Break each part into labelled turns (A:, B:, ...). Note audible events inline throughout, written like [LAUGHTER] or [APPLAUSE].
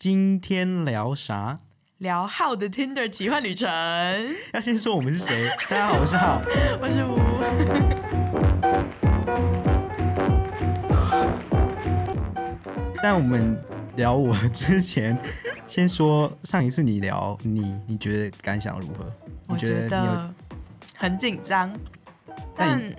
A: 今天聊啥？
B: 聊浩的 Tinder 奇幻旅 [LAUGHS] 程。
A: 要先说我们是谁？大家好，我是浩。
B: 我是吴，
A: 但我们聊我之前，先说上一次你聊你，你觉得感想如何？你
B: 我
A: 觉
B: 觉
A: 得你有
B: 得很紧张，但
A: 但你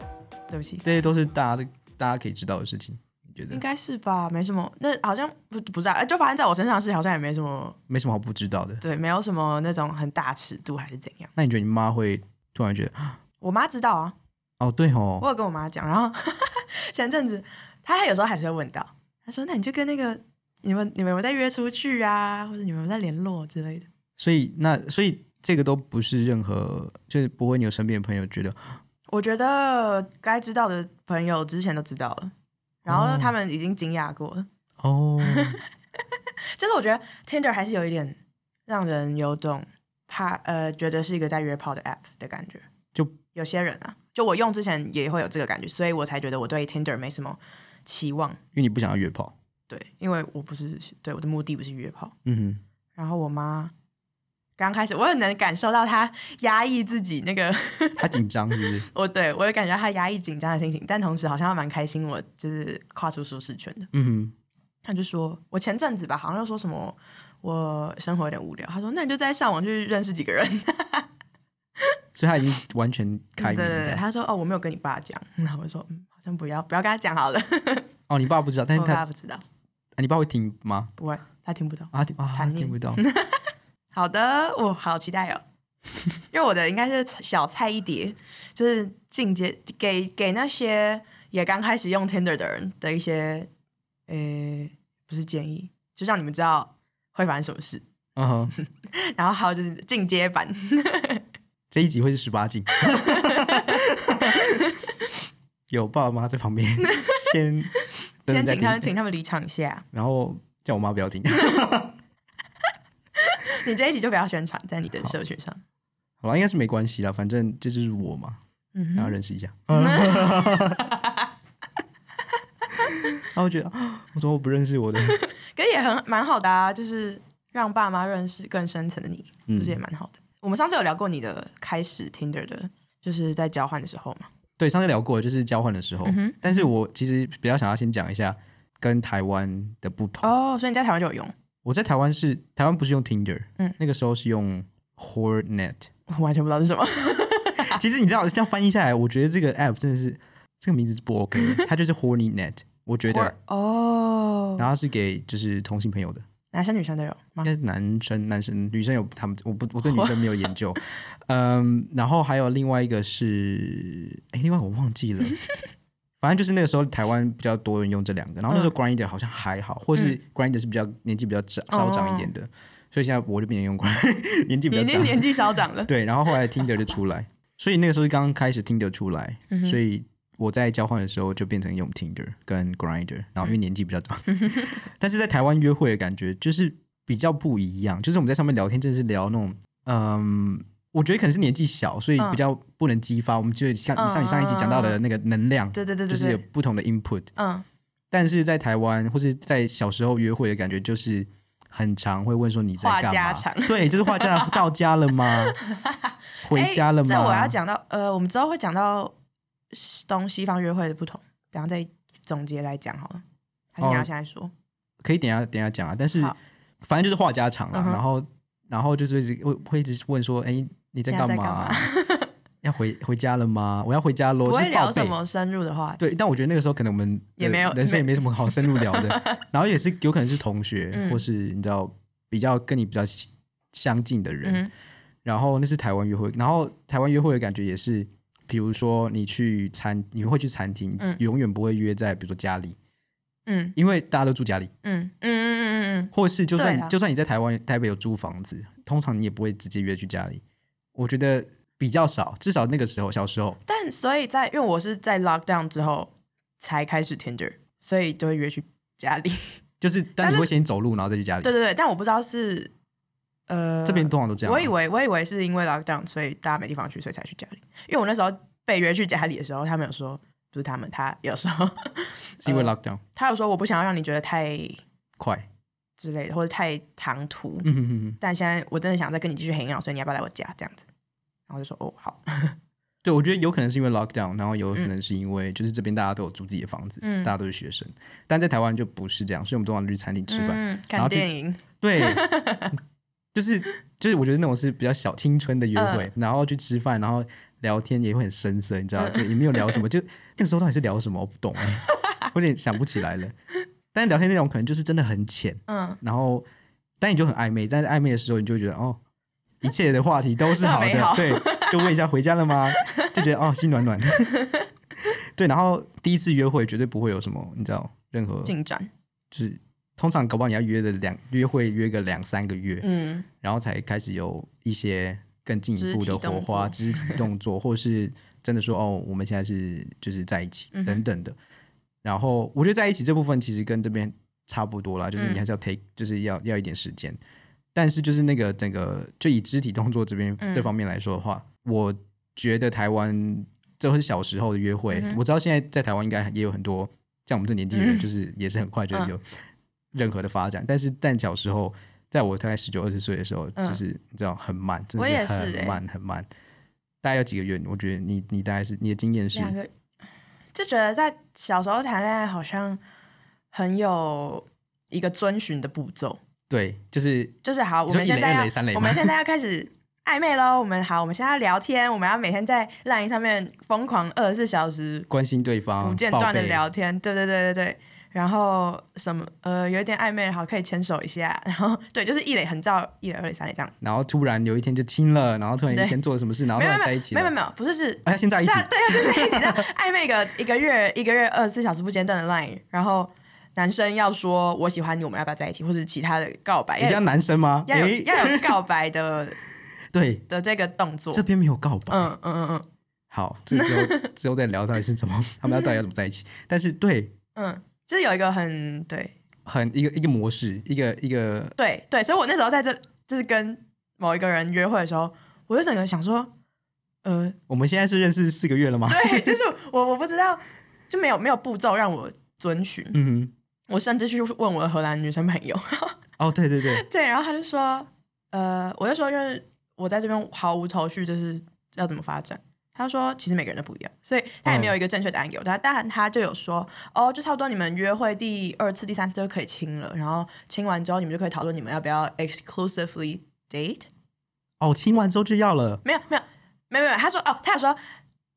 B: 对不起，
A: 这些都是大家的大家可以知道的事情？你觉得
B: 应该是吧，没什么。那好像不不是啊，就发生在我身上的事，好像也没什么，
A: 没什么好不知道的？
B: 对，没有什么那种很大尺度还是怎样。
A: 那你觉得你妈会突然觉得，
B: 我妈知道啊，
A: 哦，对哦
B: 我，有跟我妈讲，然后 [LAUGHS] 前阵子她有时候还是会问到，她说：“那你就跟那个你们你们有没有在约出去啊，或者你们有没有在联络之类的。”
A: 所以那所以这个都不是任何，就是不会你有身边的朋友觉得
B: 我觉得该知道的朋友之前都知道了，然后
A: 哦
B: 他们已经惊讶过了。 [LAUGHS]
A: 哦，
B: 就是我觉得 Tinder 还是有一点让人有种怕呃，觉得是一个在约炮的 app 的感觉。
A: 就
B: 有些人啊，就我用之前也会有这个感觉，所以我才觉得我对 Tinder 没什么期望。
A: 因为你不想要约炮。
B: 对，因为我不是对我的目的不是约炮。
A: 嗯
B: 然后我妈刚开始，我很能感受到她压抑自己那个，
A: 哼，她紧张是不是？
B: 我对我也感觉到她压抑紧张的心情，但同时好像蛮开心，我就是跨出舒适圈的。
A: 嗯哼。
B: 他就说，我前阵子吧，好像又说什么，我生活有点无聊。他说，那你就再上网去认识几个人。
A: 所以他已经完全开明了
B: 对对
A: 这
B: 对，
A: 样。
B: 他说，哦，我没有跟你爸讲。然后我就说，嗯，好像不要不要跟他讲好了。
A: 哦，你爸不知道，但是
B: 我
A: 他，
B: 爸
A: 啊
B: 不知道，
A: 你爸会听吗？
B: 不会，他听不到。
A: 啊，他听啊，他
B: 残念
A: 听不到。
B: 好的，我好期待哦， [LAUGHS] 因为我的应该是小菜一碟，就是进阶给给那些也刚开始用 Tinder 的人的一些，呃，不是建议，就让你们知道会发生什么事。 [LAUGHS]
A: 嗯哼，
B: 然后还有就是进阶版。
A: 这一集会是十八禁。 [LAUGHS] 有爸爸妈妈在旁边，先等
B: [LAUGHS] 先
A: 等再
B: 请
A: 听
B: 他们，请他们离场一下。
A: 然后叫我妈不要听。 [LAUGHS]
B: 你这一集就不要宣传在你的社群上。
A: 好了，应该是没关系啦，反正这就是我嘛，
B: 嗯
A: 然后
B: 哼，
A: 认识一下。然后我觉得，啊我怎么不认识我的？
B: [LAUGHS]
A: [LAUGHS]
B: 可是也很蛮好的啊，就是让爸妈认识更深层的你，
A: 嗯
B: 不是也蛮好的？我们上次有聊过你的开始 Tinder 的，就是在交换的时候嘛。
A: 对，上次聊过，就是交换的时候
B: 嗯。哼，
A: 但是我其实比较想要先讲一下跟台湾的不同。
B: 哦，所以你在台湾就有用，
A: 我在台湾是台湾不是用 Tinder，
B: 嗯
A: 那个时候是用 Hornet。
B: 我完全不知道是什么。
A: 其实你知道，这样翻译下来，我觉得这个 app 真的是这个名字是不 OK，的它就是 Hornet，我觉得。
B: 哦，
A: 然后是给就是同性朋友的，
B: 男生女生都有
A: 应？
B: 吗
A: 该是男生，男生女生有他们，我不我对女生没有研究，嗯，然后还有另外一个是，哎，另外我忘记了，反正就是那个时候台湾比较多人用这两个，然后那时候 Grinder 好像还好，或是 Grinder 是比较年纪比较长稍长一点的，所以现在我就变成用 Grinder，年 [LAUGHS] 纪比
B: 你
A: 较
B: 已
A: 长
B: 经，年纪
A: [LAUGHS]
B: 稍长了。
A: 对，然后后来 Tinder 就出来，所以那个时候刚开始 Tinder 出来，
B: 嗯哼
A: 所以我在交换的时候就变成用 Tinder 跟 Grinder，然后因为年纪比较长，
B: 嗯
A: 但是在台湾约会的感觉就是比较不一样，就是我们在上面聊天，真的是聊那种，嗯，我觉得可能是年纪小，所以
B: 嗯
A: 比较不能激发，我们就像像你上一集讲到的那个能量，
B: 对对对
A: 就
B: 对
A: 是有
B: 对，
A: 不同的 input，
B: 嗯，
A: 但是在台湾或是在小时候约会的感觉就是。很常会问说你在
B: 话
A: 干
B: 家
A: 嘛？
B: 常
A: 对，就是话
B: [LAUGHS]
A: 家常到家了吗？回家了
B: 诶
A: 吗？
B: 哎这我要讲到，呃，我们之后会讲到西东西方约会的不同，等一下再总结来讲好了。还是你
A: 哦
B: 要现在说？
A: 可以等一下等一下讲啊，但是
B: 好
A: 反正就是话家常啦。
B: 嗯哼
A: 然后然后就是一直会会一直问说，哎、你在
B: 现
A: 干
B: 在在
A: 嘛
B: 干？
A: 要回回家了吗？我要回家喽。
B: 不
A: 就
B: 会
A: 是
B: 聊
A: 报备
B: 什么深入的话题。
A: 对，但我觉得那个时候可能我们的
B: 也没有
A: 人生也没什么好深入聊的，
B: [LAUGHS]
A: 然后也是有可能是同学、
B: 嗯
A: 或是你知道比较跟你比较相相近的人，
B: 嗯
A: 然后那是台湾约会，然后台湾约会的感觉也是，比如说你去餐，你会去餐厅，
B: 嗯
A: 永远不会约在比如说家里，
B: 嗯
A: 因为大家都住家里，
B: 嗯嗯嗯嗯嗯
A: 或是就算
B: 对啊
A: 就算你在台湾台北有租房子，通常你也不会直接约去家里，我觉得比较少，至少那个时候小时候
B: 嗯。但所以在，因为我是在 lockdown 之后才开始 Tinder，所以就会约去家里。 [LAUGHS]
A: 就是，但
B: 但
A: 你
B: 是
A: 会先走路，然后再去家里
B: 对，对对，但我不知道是呃
A: 这边通常都这样啊。
B: 我以为我以为是因为 lockdown，所以大家没地方去，所以才去家里。因为我那时候被约去家里的时候，他们有说不是他们，他有时候呃
A: 是因为 lockdown
B: 他有说我不想要让你觉得太
A: 快，
B: 之类的，或者太唐突。
A: 嗯哼哼哼，
B: 但现在我真的想再跟你继续 hang out，所以你要不要来我家这样子？然后我就说哦好，
A: 对，我觉得有可能是因为 lockdown，然后有可能是因为就是这边大家都有租自己的房子，
B: 嗯
A: 大家都是学生，但在台湾就不是这样，所以我们都往去餐厅吃饭。
B: 嗯，
A: 然后
B: 看
A: 去
B: 电影，
A: 对， [LAUGHS] 就是就是我觉得那种是比较小青春的约会，
B: 嗯
A: 然后去吃饭，然后聊天也会很深色，你知道，就也没有聊什
B: [LAUGHS]
A: 么，就那个时候到底是聊什么，我不懂哎、我有点想不起来了。但是聊天内容可能就是真的很浅，
B: 嗯，
A: 然后但你就很暧昧，但是暧昧的时候你就会觉得哦，一切的话题都是好
B: [LAUGHS] 都很美
A: 的，
B: 好
A: 对，就问一下回家了吗？就觉得哦，心暖暖。 [LAUGHS] 对，然后第一次约会绝对不会有什么，你知道，任何
B: 进展，
A: 就是通常搞不好你要约的两约会约个两三个月，
B: 嗯，
A: 然后才开始有一些更进一步的
B: 肢体动
A: 火花、肢体动作，或是真的说哦，我们现在是就是在一起
B: 嗯哼
A: 等等的。然后我觉得在一起这部分其实跟这边差不多啦，就是你
B: 嗯
A: 还是要 take，、就是要要一点时间。但是就是那个整个就以肢体动作这边
B: 嗯
A: 这方面来说的话，我觉得台湾这是小时候的约会。
B: 嗯哼
A: 我知道现在在台湾应该也有很多像我们这年纪的人，
B: 嗯
A: 就是也是很快就
B: 嗯
A: 有任何的发展。但是但小时候，在我大概十九二十岁的时候，
B: 嗯
A: 就是你知道很慢，真的
B: 我也是
A: 很
B: 欸
A: 慢、很慢。大概要几个月？我觉得你你大概是你的经验是
B: 嗯两个就觉得在小时候谈恋爱好像很有一个遵循的步骤，
A: 对，就是
B: 就是好，
A: 你
B: 哦我
A: 说
B: 们
A: 一
B: 现
A: 垒
B: 在
A: 二
B: 要
A: 垒三垒吗
B: 我们现在要开始暧昧喽。我们好，我们现在要聊天，我们要每天在 LINE 上面疯狂二十四小时
A: 关心对方，
B: 不间
A: 啊报
B: 断的
A: 备
B: 聊天。对对对对对。然后什么呃，有一点暧昧，好，可以牵手一下。然后对，就是一垒很照一垒、二垒、三垒这样。
A: 然后突然有一天就亲了，然后突然有一
B: 对
A: 天做了什么事，
B: [LAUGHS]
A: 然后
B: 没
A: 突
B: 有
A: 然
B: 没有
A: 在
B: 没
A: 一
B: 有
A: 起
B: 没
A: 了，
B: 有没有，不是是
A: 哎，现在一
B: 是
A: 起
B: 啊，对啊，是在一起这样暧昧个一个月，一个月二十四小时不间断的 line，然后男生要说我喜欢你，我们要不要在一起，或者其他的告白，
A: 人
B: 要
A: 家
B: 有
A: 男生吗？
B: 要有
A: 诶，
B: 要有告白的
A: 对，
B: 的这个动作。
A: 这边没有告白。
B: 嗯嗯嗯嗯
A: 好，这之
B: [LAUGHS]
A: 后之后再聊到底是怎么，他们要到底要怎么在一起。但是对，
B: 嗯，就是有一个很对
A: 很一个一个模式，一个一个
B: 对对，所以我那时候在这就是跟某一个人约会的时候，我就整个想说，呃，
A: 我们现在是认识四个月了吗？
B: 对， [LAUGHS] 就是我我不知道，就没有没有步骤让我遵循，
A: 嗯
B: 我甚至去问我的荷兰女生朋友。
A: 哼，哦，对对对，
B: 对，然后他就说，呃，我就说，因为我在这边毫无头绪，就是要怎么发展。他说，其实每个人都不一样，所以他也没有一个正确答案给我。但、但他就有说，哦，就差不多你们约会第二次、第三次就可以亲了，然后亲完之后，你们就可以讨论你们要不要 exclusively date。
A: 哦，亲完之后就要了，
B: 没有，没有，没有，没有。他说，哦，他有说，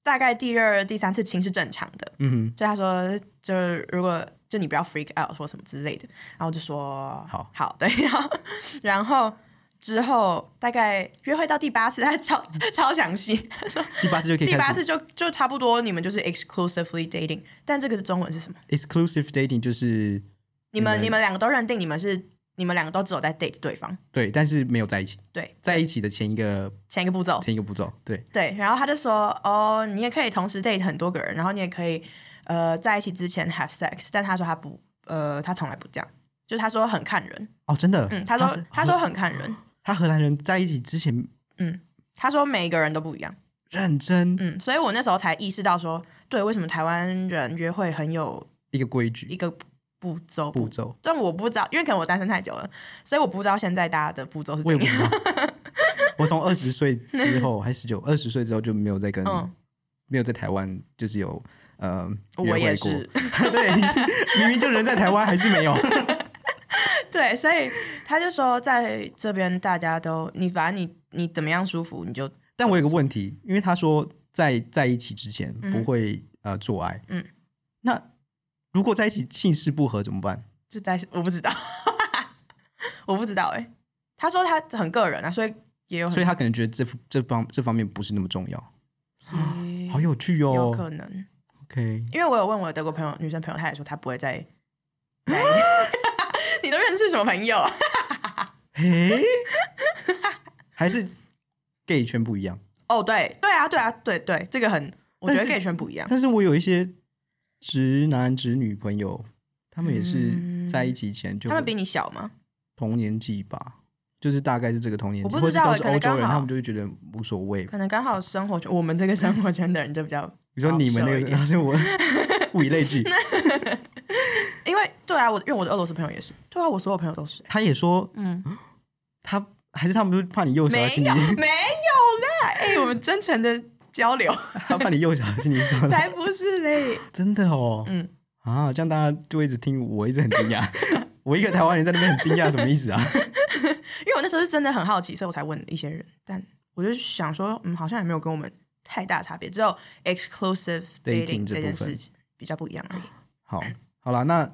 B: 大概第二、第三次亲是正常的，
A: 嗯
B: 就他说，就是如果就你不要 freak out 或什么之类的，然后我就说
A: 好
B: 好对，然后然后之后大概约会到第八次，他超超详细，他说
A: 哼，第八次就可以
B: 第
A: 开始。
B: 八次就就差不多你们就是 exclusively dating，但这个是中文是什么？
A: exclusive dating 就是你
B: 你们
A: 们
B: 你们两个都认定你们是你们两个都只有在 date 对方，
A: 对，但是没有在一起，
B: 对，
A: 在一起的前一个
B: 前一个步骤
A: 前一个步骤，对，
B: 对，然后他就说，哦，你也可以同时 date 很多个人，然后你也可以，呃，在一起之前 have sex，但他说他不，呃，他从来不这样，就是他说很看人，
A: 哦，真的，
B: 嗯，他说
A: 是
B: 他说很看人，
A: 他荷兰人在一起之前
B: 他说每一个人都不一样，
A: 认真
B: 嗯，所以我那时候才意识到说，对，为什么台湾人约会很有
A: 一个规
B: 一
A: 矩
B: 个步骤，
A: 步骤，
B: 但我不知道，因为可能我单身太久了，所以我不知道现在大家的步骤是
A: 我也
B: 怎
A: 不
B: 样。 [LAUGHS]
A: 知道。我从二十岁之后，还十九，二十岁之后就没有再跟、
B: 嗯
A: 没有在台湾就是有呃约
B: 我
A: 会
B: 也
A: 过。，
B: 是
A: [LAUGHS] 对，明明就人在台湾，还是没有。
B: 对，所以他就说在这边大家都，你反正你你怎么样舒服你就
A: 但我有个问题，因为他说在在一起之前
B: 嗯
A: 不会、呃做爱，
B: 嗯，
A: 那如果在一起性事不合怎么办？
B: 就在我不知道， [LAUGHS] 我不知道哎、他说他很个人啊，所以也有
A: 所
B: 很
A: 以他可能觉得这这方这方面不是那么重要，
B: 也
A: 好有趣
B: 嗯有
A: 哦。
B: 可能，
A: OK，
B: 因为我有问我的德国朋友女生朋友，她也说她不会 [LAUGHS] 再。在 [LAUGHS] 你都认识什么朋友啊？
A: 嘿， [LAUGHS] 还是 gay 圈不一样。
B: 哦，对对啊，对啊，对对，这个很，我觉得
A: 但是
B: gay 圈不一样。
A: 但是我有一些直男直女朋友，他们也是
B: 嗯
A: 在一起前就
B: 他们比你小吗？
A: 同年纪吧，就是大概是这个童年纪，
B: 我不
A: 或
B: 知
A: 是
B: 道
A: 都
B: 欸
A: 是
B: 可能
A: 欧洲人，
B: 刚好
A: 他们就会觉得无所谓。
B: 可能刚好生活圈，我们这个生活圈的人就比较
A: [LAUGHS]
B: [LAUGHS]
A: 你说你们那
B: 保守一
A: 个，
B: 点
A: 然后我物以类聚，
B: 因为对啊，我因为我的俄罗斯朋友也是，对啊，我所有朋友都是、
A: 他也说
B: 嗯，
A: 他还是他们就怕你幼小
B: 没
A: 的心理
B: 有，没有啦，哎、我们真诚的交流
A: 他怕你幼小的心理受伤。
B: 才不是嘞，
A: 真的哦，
B: 嗯，
A: 啊，这样大家就会一直听，我一直很惊讶。 [LAUGHS] 我一个台湾人在那边很惊讶，什么意思啊？ [LAUGHS]
B: 因为我那时候是真的很好奇，所以我才问一些人，但我就想说，嗯，好像也没有跟我们太大差别，只有 exclusive
A: Dating
B: dating
A: 这
B: 这件
A: 部分
B: 事情比较不一样而已。
A: 好，好啦，那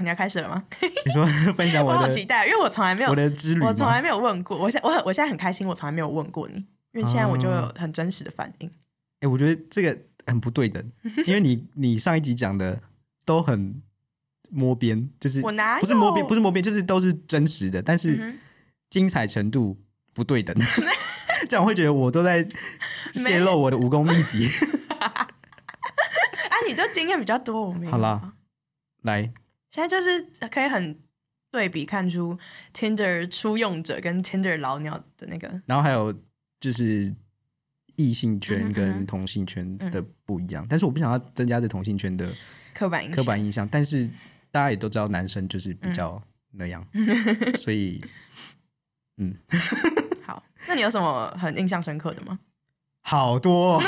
B: 你要开始了吗？
A: 你
B: [LAUGHS]
A: 说分享
B: 我
A: 我
B: 好
A: 的
B: 期待，因为我从来没有
A: 我的之旅
B: 我从来
A: 吗？
B: 没有问过，我现我很我现在很开心，我从来没有问过你，因为现在我就有
A: 哦
B: 很真实的反应。
A: 哎、我觉得这个很不对等，因为你你上一集讲的都很摸边，就是
B: 我哪有
A: 不是摸边，不是摸边，就是都是真实的，但是
B: 哎嗯
A: 精彩程度不对等， [LAUGHS] 这样我会觉得我都在泄露我的武功秘籍。 [LAUGHS]
B: 哼啊，你就经验比较多，我没有。啊
A: 好啦，来，
B: 现在就是可以很对比看出 Tinder 初用者跟 Tinder 老鸟的那个，
A: 然后还有就是异性圈
B: 嗯哼嗯嗯
A: 跟
B: 哼
A: 同性圈的不一样，但是我不想要增加对同性圈的
B: 刻板印象。
A: 刻板印象，但是大家也都知道男生就是
B: 嗯
A: 比较那
B: [LAUGHS]
A: 样，所以
B: 好，那你有什么很印象深刻的吗？
A: 好多、
B: [LAUGHS]
A: 哦、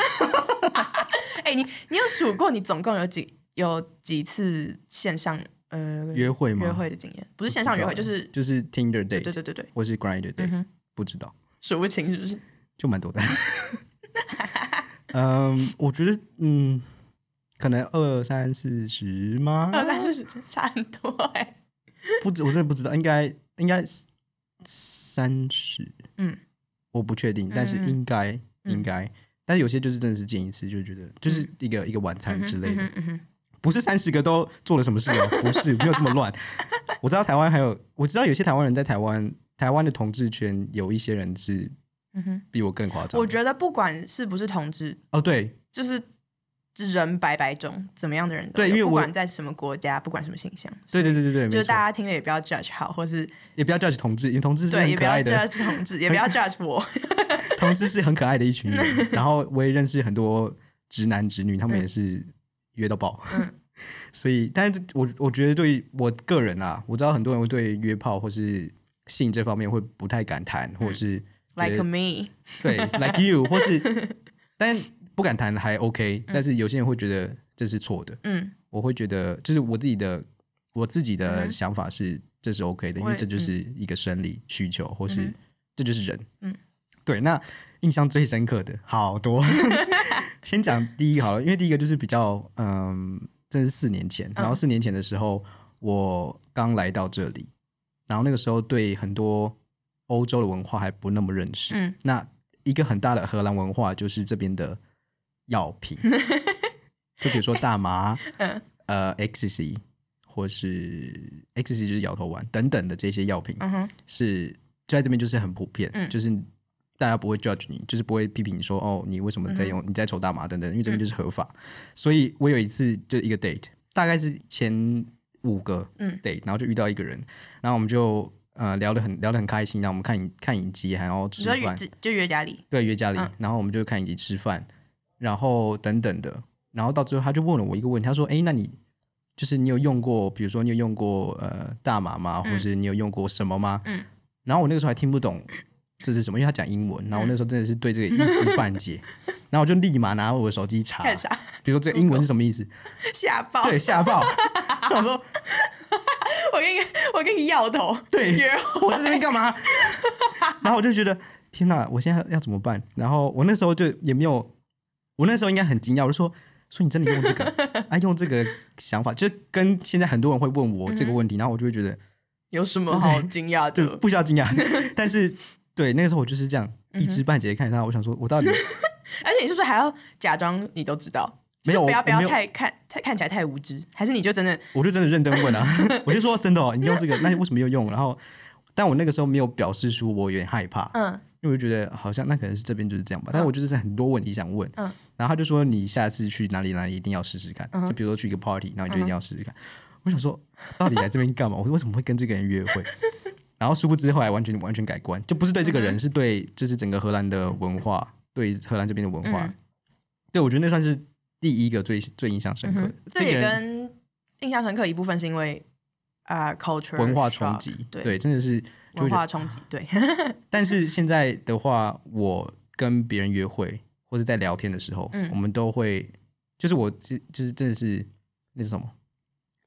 B: 哎、你你有数过你总共有几有几次线上呃
A: 约会吗？
B: 约会的经验？不是线上约会，就是
A: 就是 Tinder
B: 对对
A: date
B: 对对对，
A: 或是 Grinder
B: 嗯
A: date，、
B: 哼，
A: 不知道
B: 数不清是不是？
A: 就蛮多的。 [LAUGHS] 嗯，我觉得嗯，可能二三四十
B: [LAUGHS]
A: 吗？
B: 二三四十差很多哎、
A: [LAUGHS] 不知我真的不知道，应该应该三十，
B: 嗯，
A: 我不确定，但是
B: 嗯嗯嗯
A: 应该、应该，但是有些就是真的是见一次就觉得就是一个、一个晚餐之类的，
B: 嗯哼嗯哼
A: 不是三十个都做了什么事哦，不是没有这么乱。我知道台湾还有，我知道有些台湾人在台湾台湾的同志圈有一些人是
B: 嗯哼
A: 比我更夸张的，
B: 我觉得不管是不是同志，
A: 哦对，
B: 就是人百百种，怎么样的人都
A: 对
B: 有
A: 因为我
B: 不管在什么国家，不管什么形象，
A: 对对对对对，
B: 就
A: 没
B: 是
A: 错
B: 大，家听了也不要 judge 好，或是
A: 也不要 judge 同志，因为同志是
B: 对，
A: 很
B: 也不
A: 可
B: 要
A: 爱的，
B: judge 同志，也不要 judge 我。
A: [LAUGHS] 同志是很可爱的一群
B: [LAUGHS]
A: 人，然后我也认识很多直男直女，他们也是约到爆。
B: 嗯
A: [LAUGHS] 所以，但是我我觉得对于我个人啊，我知道很多人会对约炮或是性这方面会不太敢谈，或者是觉得
B: 嗯 Like me，
A: 对 like you，或
B: [LAUGHS]
A: 是但不敢谈还 OK，但是有些人会觉得这是错的。
B: 嗯，
A: 我会觉得，就是我自己的我自己
B: 嗯
A: 的
B: 哼
A: 想法是，这是 OK 的，因
B: 我
A: 为
B: 也
A: 这就是一个生理需求，或是、
B: 嗯
A: 这就是人。
B: 嗯，
A: 对。那印象最深刻的好
B: [LAUGHS]
A: 多，先讲第一个好了，因为第一个就是比较嗯，这是四年前，
B: 嗯
A: 然后四年前的时候、我刚来到这里，然后那个时候对很多欧洲的文化还不那么认识。
B: 嗯，
A: 那一个很大的荷兰文化就是这边的药
B: [LAUGHS]
A: 品，就比如说大麻，
B: 嗯
A: 呃，XC 或是 XC 就是摇头丸等等的这些药品，
B: 嗯哼，
A: 是就在这边就是很普遍，
B: 嗯
A: 就是大家不会 judge 你，就是不会批评你说哦，你为什么在
B: 嗯
A: 用、你在抽大麻等等，因为这边就是合法。所以我有一次就一个 date，大概是前五个
B: 嗯
A: date，、然后就遇到一个人，然后我们就呃聊得很聊得很开心，然后我们看影看影集，然后
B: 你
A: 吃
B: 说
A: 饭
B: 约，就就约家里，
A: 对，约家里，
B: 嗯
A: 然后我们就看影集吃饭，然后等等的，然后到最后他就问了我一个问题，他说：“哎，那你就是你有用过，比如说你有用过呃大麻吗？或
B: 嗯
A: 是你有用过什么吗？”
B: 嗯
A: 然后我那个时候还听不懂这是什么，因为他讲英文，然后我那时候真的是对这个一知半解，
B: 嗯
A: [LAUGHS] 然后我就立马拿我的手机查，
B: 干啥？
A: 比如说这个英文是什么意思？
B: [LAUGHS] 吓爆！
A: 啊对，吓爆！ [LAUGHS] 我想说
B: [LAUGHS] 我跟你我跟你哦摇头， [LAUGHS]
A: 对
B: 约
A: [LAUGHS] 我在这边干嘛？然后我就觉得天哪，我现在要怎么办？然后我那时候就也没有，我那时候应该很惊讶，我就说说你真的用这个啊，用这个想法，就跟现在很多人会问我这个问题，然后我就会觉得
B: 有什么好惊讶
A: 就
B: 的？
A: 不需要惊讶， [LAUGHS] 但是对那个时候我就是这样一知半解地看着他，我想说我到底
B: 而且你是不是还要假装你都知道？
A: 没有
B: 就是不要
A: 我
B: 不
A: 我
B: 要
A: 没有
B: 太看太看起来太无知，还是你就真的
A: 我就真的认真问啊， [LAUGHS] 我就说真的哦，你用这个，那你为什么又用？然后但我那个时候没有表示出我有点害怕，
B: 嗯
A: 因为我就觉得好像那可能是这边就是这样吧，但是我就是很多问题想问，
B: 嗯
A: 然后他就说你下次去哪里哪里一定要试试看，
B: 嗯哼嗯
A: 就比如说去一个 party，然后你就一定要试试看。我想说，到底来这边干嘛？我为什么会跟这个人约会？ [LAUGHS] 然后殊不知后来完全完全改观，就不是对这个
B: 嗯
A: 人，是对就是整个荷兰的文化，对荷兰这边的文化。
B: 嗯
A: 对我觉得那算是第一个最最印象深刻的。
B: 这也
A: 个人
B: 跟印象深刻一部分是因为啊、c u l t u r e
A: 文化冲击，
B: 对
A: 对，真的是就会觉
B: 文
A: 得啊
B: 化冲击，对， [LAUGHS]
A: 但是现在的话，我跟别人约会或者在聊天的时候，
B: 嗯
A: 我们都会，就是我就就是真的是那是什么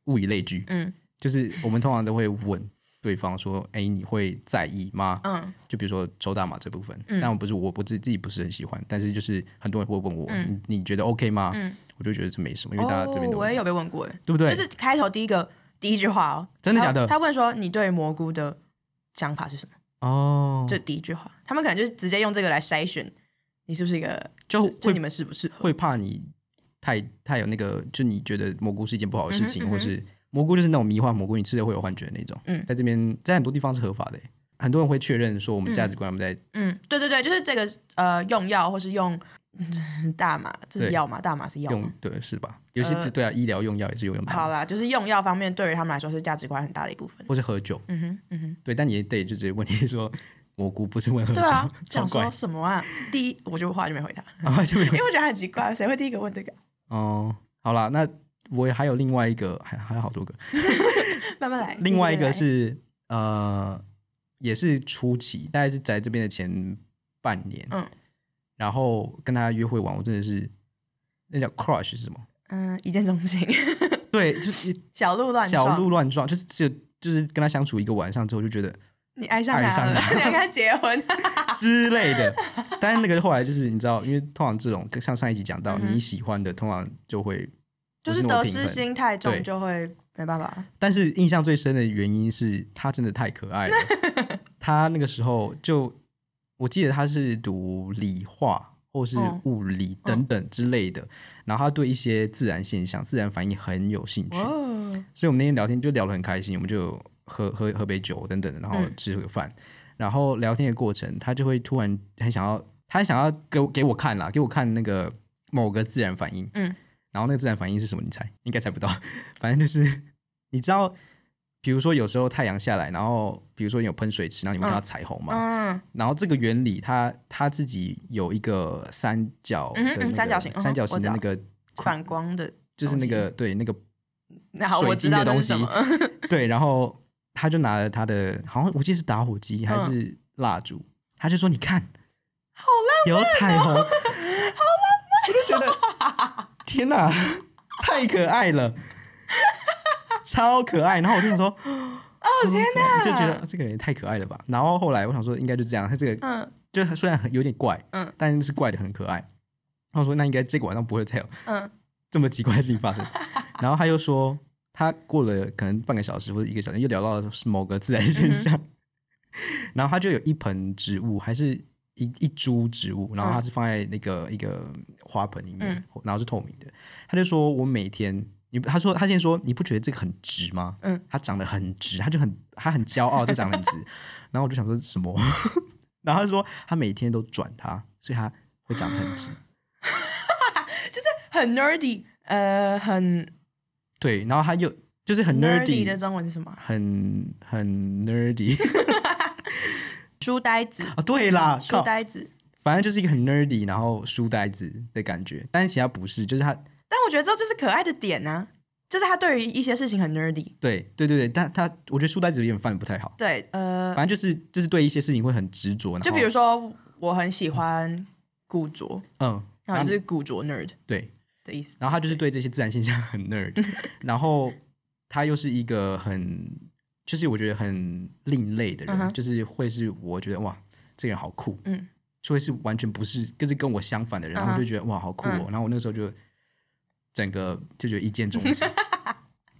A: 物以类聚，
B: 嗯
A: 就是我们通常都会问对方说：“哎、你会在意吗？”
B: 嗯
A: 就比如说抽大麻这部分，
B: 嗯
A: 但我不是我不自自己不是很喜欢，但是就是很多人会问我，
B: 嗯
A: 你你觉得 OK 吗？
B: 嗯，
A: 我就觉得这没什么，因为大
B: 哦
A: 家这边，都、
B: 我也有被问过，哎，
A: 对不对？
B: 就是开头第一个第一句话哦，
A: 真的
B: 他
A: 假的
B: 他问说你对蘑菇的想法是什么？
A: 哦，
B: 这第一句话，他们可能就是直接用这个来筛选你是不是一个，
A: 就是
B: 就
A: 会
B: 你们适不适合？
A: 会怕你太太有那个，就你觉得蘑菇是一件不好的事情，
B: 嗯哼嗯哼
A: 或是蘑菇就是那种迷幻蘑菇，你吃了会有幻觉的那种。
B: 嗯
A: 在这边在很多地方是合法的欸，很多人会确认说我们
B: 嗯
A: 价值观我们在、
B: 嗯，对对对，就是这个呃，用药或是用嗯大麻，这是
A: 对
B: 药吗？大麻是药
A: 用
B: 吗？
A: 对是吧？尤其
B: 嗯呃
A: 是对啊，医疗用药也是有用
B: 好
A: 它，
B: 啦，就是用药方面对于他们来说是价值观很大的一部分。
A: 或是喝酒，
B: 嗯哼，嗯哼，
A: 对，但你也得就直接问你说蘑菇不是问喝酒，
B: 对啊，
A: [LAUGHS] 超
B: 讲
A: 嗯怪
B: 说，什么啊？第一，我就话就没回答，
A: 然后就没有
B: 因为我觉得很奇怪，谁会第一个问这个？
A: 哦。好啦，那我也还有另外一个，还还有好多个，
B: 慢慢来。
A: 另外一
B: 慢
A: 个
B: 慢来
A: 是呃，也是初期，大概是在这边的前半年，
B: 嗯，
A: 然后跟他约会完，我真的是那叫 crush 是什么？
B: 嗯，一见钟情，
A: 对，就是
B: 小鹿乱撞
A: 小鹿乱撞，就是只有就是跟他相处一个晚上之后，就觉
B: [LAUGHS]
A: 得
B: 你爱上
A: 爱
B: 他
A: 上
B: 了，
A: 他
B: 你要跟他结婚，啊
A: 之类的。但是那个后来就是你知道，因为通常这种像上一集讲到，
B: 嗯哼
A: 你喜欢的通常就会
B: 就
A: 不
B: 是
A: 那么
B: 得
A: 平
B: 失
A: 衡。
B: 心太重
A: 对
B: 就会没办法。
A: 但是印象最深的原因是他真的太可爱
B: [LAUGHS]
A: 了。他那个时候就，我记得他是读理化或是
B: 嗯
A: 物理等等之类的，然后他对一些自然现象、自然反应很有兴趣，
B: 哦，
A: 所以我们那天聊天就聊得很开心，我们就喝喝喝杯酒等等的，然后
B: 嗯
A: 吃个饭，然后聊天的过程，他就会突然很想要，他很想要给我给我看啦，给我看那个某个自然反应，
B: 嗯，
A: 然后那个自然反应是什么？你猜？应该猜不到， [LAUGHS] 反正就是你知道，比如说有时候太阳下来，然后比如说你有喷水池，然后你会看到彩虹嘛，
B: 嗯，
A: 然后这个原理它它自己有一个三角的、
B: 嗯
A: 那
B: 哼
A: 个
B: 嗯三角形嗯哼
A: 三角形的
B: 我
A: 那
B: 知
A: 个
B: 反光的，
A: 就是那个对那个
B: 那好，我
A: 水
B: 知
A: 晶
B: 道
A: 的
B: 那
A: 东
B: 是
A: 西
B: 什么。
A: 对，然后他就拿了他的，好像我记得是打火机还是蜡烛，他就说：“你看，嗯好浪漫、有彩虹，好浪漫。” [LAUGHS] 哦我就觉得天哪，太可爱了，超可爱。然后我就想说：“哦天哪！”就觉得这个人也太可爱了吧。然后后来我想说，应该就这样。他这个
B: 嗯
A: 就虽然很有点怪，
B: 嗯，
A: 但是怪的很可爱。然后我说：“那应该这个晚上不会再有
B: 嗯
A: 这么奇怪的事情发
B: [LAUGHS]
A: 生。然后他又说，他过了可能半个小时或者一个小时，又聊到是某个自然现
B: 嗯
A: 象，然后他就有一盆植物，还是一一株植
B: 嗯
A: 物，然后它是放在那个、一个花盆里面，然后是透明的。他就说我每天。你他说他现在说你不觉得这个很直吗？
B: 嗯，
A: 他长得很直，他就很他很骄傲，这长得很
B: [LAUGHS]
A: 直。然后我就想说什么？ [LAUGHS] 然后他说他每天都转它，所以他会长得很
B: [GASPS]
A: 直。
B: 很 nerdy，呃，很
A: 对，然后他又就是很 nerdy
B: 的中文是什么？啊
A: 很很 nerdy
B: 书呆子，
A: [LAUGHS] 啊，对
B: [LAUGHS]
A: 啦，
B: 书
A: 靠，
B: 呆子。
A: 反正就是一个很 nerdy，然后书呆子的感觉，但是其他不是，就是他，
B: 但我觉得这就是可爱的点呢、就是他对于一些事情很 nerdy。
A: 对对对对，但他我觉得书呆子有点犯的不太好，
B: 对，呃，
A: 反正就是就是对一些事情会很执着，然后
B: 就比如说我很喜欢古着，
A: 嗯，
B: 然
A: 然
B: 后
A: 后
B: 就是古着 nerd
A: 对，
B: 的意思。
A: 然后他就是对这些自然现象很 nerd，然后他又是一个很，就是我觉得很另类的人，
B: 嗯哼
A: 就是会是我觉得哇，这个人好酷，
B: 嗯，
A: 就会是完全不是，就是跟我相反的人，然后
B: 嗯哼
A: 我就觉得哇，好酷哦，然后我那时候就整个就觉得一见钟
B: [LAUGHS]
A: 情。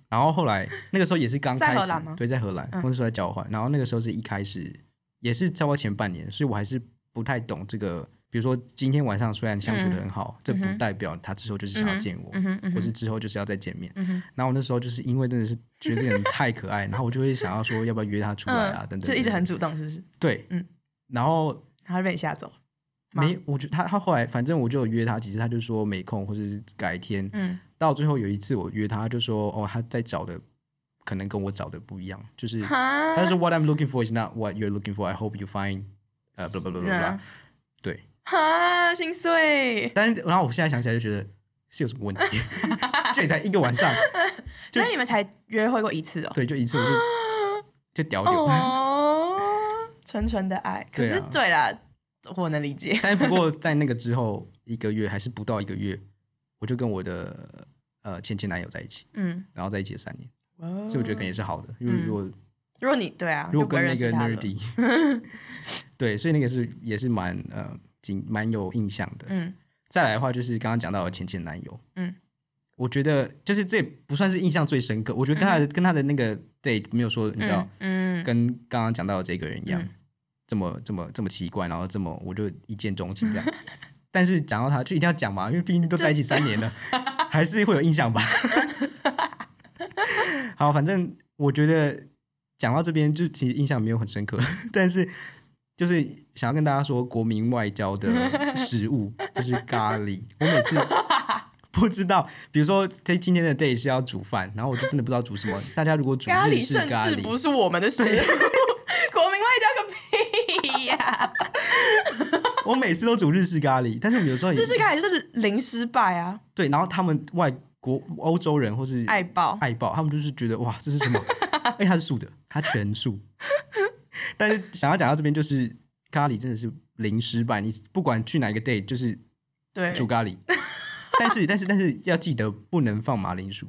A: 然后后来那个时候也是刚
B: 在
A: 开
B: 荷兰吗
A: 始，对，在荷兰，
B: 嗯
A: 我那时候在交换。然后那个时候是一开始，也是差不多前半年，所以我还是不太懂这个。比如说今天晚上虽然相处的很好，这不
B: 嗯哼
A: 代表他之后就是想要
B: 嗯哼
A: 见我，
B: 嗯哼嗯
A: 或是
B: 哼，
A: 之后就是要再见面。
B: 嗯哼，
A: 然后我那时候就是因为真的是觉得这个人太可爱，然后我就会想要说要不要约他出来啊，等等。
B: 就一
A: 等
B: 直
A: 等
B: 很主动，嗯是不是？
A: 对，
B: 嗯
A: 然后
B: 然后就被你吓走了。吗
A: 没，我觉得他他后来反正我就有约他几次，他就说没空或者是改天。
B: 嗯
A: 到最后有一次我约他，他就说哦他在找的可能跟我找的不一样，就是
B: 哈
A: 他就说 What I'm looking for is not what you're looking for. I hope you find 呃 blah blah blah blah blah
B: 嗯。
A: 对，
B: 哈，心碎。 [LAUGHS]
A: 但是然后我现在想起来就觉得是有什么问题，这也才一个晚上，就
B: 所以你们才约会过一次哦。
A: 对，就一
B: [GASPS]
A: 次我就就啊屌屌。
B: 哦，纯纯的爱。可是对啦，我能理解。
A: [LAUGHS] 但不过在那个之后一个月还是不到一个月，我就跟我的呃前前男友在一起，
B: 嗯，
A: 然后在一起了三年，所以
B: 所
A: 我觉得可能也是好的，因为
B: 嗯
A: 如果、
B: 如果你对啊，
A: 如
B: 就
A: 果
B: 不会
A: 跟那
B: 认识
A: 个
B: 他了
A: nerdy，对， [LAUGHS] 所以那个是也是蛮呃挺蛮有印象的。
B: 嗯
A: 再来的话就是刚刚讲到的前前男友，
B: 嗯，
A: 我觉得就是这也不算是印象最深刻，我觉得跟他的、跟他的那个 date 没有说你知道、
B: 嗯嗯，嗯
A: 跟刚刚讲到的这个人一样，
B: 嗯
A: 这么这么这么奇怪，然后这么我就一见钟情这样。但是讲到他就一定要讲嘛，因为毕竟都在一起三年了，还是会有印象
B: [LAUGHS]
A: 吧。好，反正我觉得讲到这边就其实印象没有很深刻， [LAUGHS] 但是就是想要跟大家说，国民外交
B: [LAUGHS]
A: 的食物就是咖喱。我每次不知道，比如说在今天的 day 是要煮饭，然后我就真的不知道煮什么。大家如果煮
B: 咖
A: 日
B: 喱
A: 式
B: 甚
A: 咖
B: 至
A: 喱，
B: 不是我们的食物， [LAUGHS] 国民外交个
A: [LAUGHS]
B: 屁呀！
A: 我每次都煮日式咖喱，但是我有时候也
B: 日式咖喱就是零失败啊，
A: 对，然后他们外国欧洲人或是
B: 爱爆。
A: 爱爆，他们就是觉得哇，这是
B: [LAUGHS]
A: 什么？而且它是素的，它全素。但是想要讲到这边，就是咖喱真的是零失败，你不管去哪一个 day 就是
B: 对，
A: 煮
B: [LAUGHS]
A: 咖喱。但是但是但是要记得不能放马铃薯。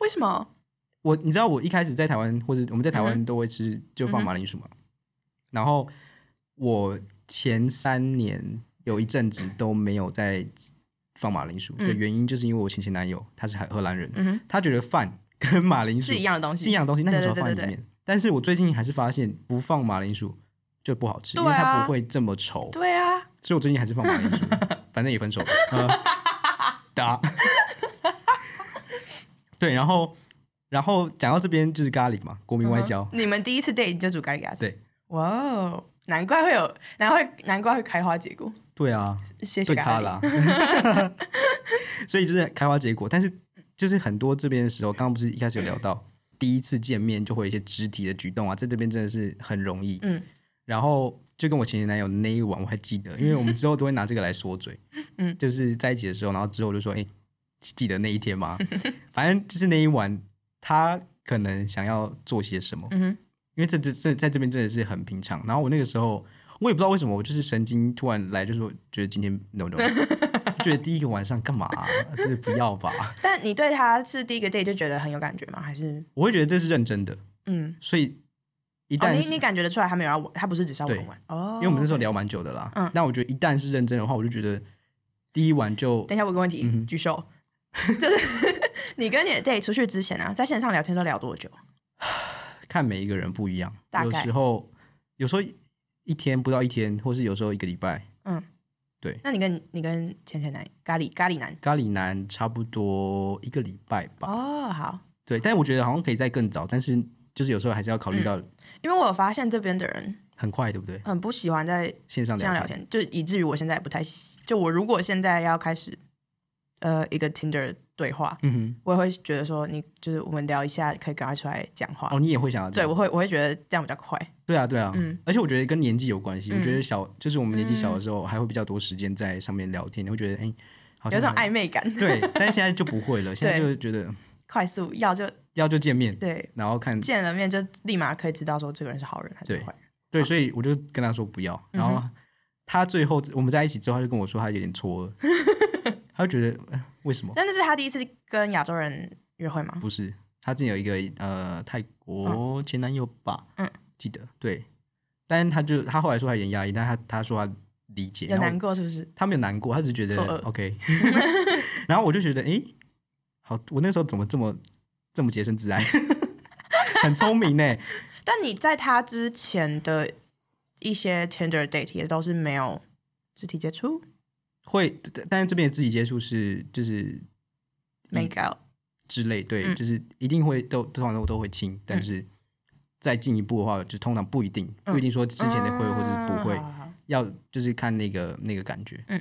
B: 为什么？
A: 我你知道我一开始在台湾或者我们在台
B: 嗯
A: 湾都会吃、就放马铃薯嘛，然后我前三年有一阵子都没有在放马铃薯的
B: 嗯
A: 原因，就是因为我前前男友他是荷荷兰人，
B: 嗯哼，
A: 他觉得饭跟马铃薯
B: 是一样的东西，
A: 是一样的东西，那你
B: 对
A: 只要
B: 对
A: 放在
B: 对
A: 里
B: 对
A: 面。但是我最近还是发现不放马铃薯就不好吃，因为
B: 对啊
A: 它不会这么稠，
B: 对啊，
A: 所以我最近还是放马铃
B: [LAUGHS]
A: 薯，反正也分手了。呃、打。对，然后然后讲到这边就是咖喱嘛，国民外交。
B: 嗯哼你们第一次 date 你就煮咖喱给他吃，
A: 对，
B: 哇哦，难怪会有，难怪难怪会开花结果，
A: 对啊，
B: 谢谢
A: 对他
B: 咖喱。
A: 啦。
B: [LAUGHS]
A: 所以就是开花结果，但是就是很多这边的时候，刚刚不是一开始有聊到，第一次见面就会有一些肢体的举动啊，在这边真的是很容易。
B: 嗯
A: 然后就跟我前前男友那一晚我还记得，因为我们之后都会拿这个来说嘴，
B: [LAUGHS] 嗯
A: 就是在一起的时候，然后之后我就说，哎、记得那一天吗？ [LAUGHS] 反正就是那一晚，他可能想要做些什么，
B: 嗯哼，
A: 因为这这这在这边真的是很平常。然后我那个时候，我也不知道为什么，我就是神经突然来，就说觉得今天 no
B: [LAUGHS]
A: no，觉得第一个晚上干嘛、啊，这不要吧。
B: 但你对他是第一个 date 就觉得很有感觉吗？还是
A: 我会觉得这是认真的，
B: 嗯，
A: 所以一
B: 哦，
A: 旦
B: 你
A: 是、
B: 你感觉得出来他没有要玩，他不是只是要玩玩哦，
A: 因为我们那时候聊蛮久的啦，
B: 嗯
A: 但我觉得一旦是认真的话，我就觉得第一晚就
B: 等一下，我有个问题，
A: 嗯哼
B: 举
A: [LAUGHS]
B: 手，就是 [LAUGHS] 你跟你的 date 出去之前啊，在线上聊天都聊多久？
A: 看每一个人不一样，
B: 大
A: 有
B: 概
A: 时候有时候一天不到一天，或是有时候一个礼拜，
B: 那你跟你跟前前男咖喱咖喱男
A: 咖喱男差不多一个礼拜吧。
B: 哦，好，
A: 对，但我觉得好像可以再更早，但是就是有时候还是要考虑到
B: 因为我有发现这边的人
A: 很快，对不对？
B: 很不喜欢在
A: 线上
B: 这
A: 聊
B: 样聊
A: 天，
B: 天，就以至于我现在也不太喜就我如果现在要开始呃一个 Tinder 对话，
A: 嗯
B: 我也会觉得说你就是我们聊一下，可以赶快出来讲话。
A: 哼，哦，你也会想要这
B: 对，
A: 样
B: 我会我会觉得这样比较快。
A: 对啊，对啊，
B: 嗯
A: 而且我觉得跟年纪有关系，我觉
B: 嗯
A: 得小就是我们年纪小的时候还会比较多时间在上面聊天，你会觉得哎，好像
B: 有一种
A: 还
B: 暧昧感，
A: 对，但是现在就不会了，现在就
B: 对
A: 是觉得
B: 快速要就
A: 要就见面，
B: 对，
A: 然后看
B: 见了面就立马可以知道说这个人是好人还是
A: 对
B: 坏人。
A: 对，所以我就跟他说不要，然后
B: 嗯
A: 他最后我们在一起之后，他就跟我说他有点错愕，
B: [LAUGHS]
A: 他就觉得、呃为什么
B: 但那是他第一次跟亚洲人约会吗？
A: 不是？他之前有一个呃泰国前男友吧，
B: 嗯，
A: 记得对，但是他就他后来说他有点压抑，但他他说他理解，
B: 有
A: 然后
B: 难过是不是？
A: 他没有难过，他只是觉
B: 错
A: 得
B: 愕 [LAUGHS]
A: OK，然后我就觉得诶，哎好，我那时候怎么这么这么洁身自爱， [LAUGHS] 很聪明欸呢，
B: 但你在他之前的一些 Tinder date 也都是没有肢体接触
A: 会，但是这边的肢体接触是就是
B: ，make out。
A: 之类，对，
B: 嗯
A: 就是一定会都通常都都会亲，但是再进一步的话，就通常不一定，不一定说之前的会或者是不会，
B: 嗯好好好
A: 要就是看那个那个感觉，
B: 嗯，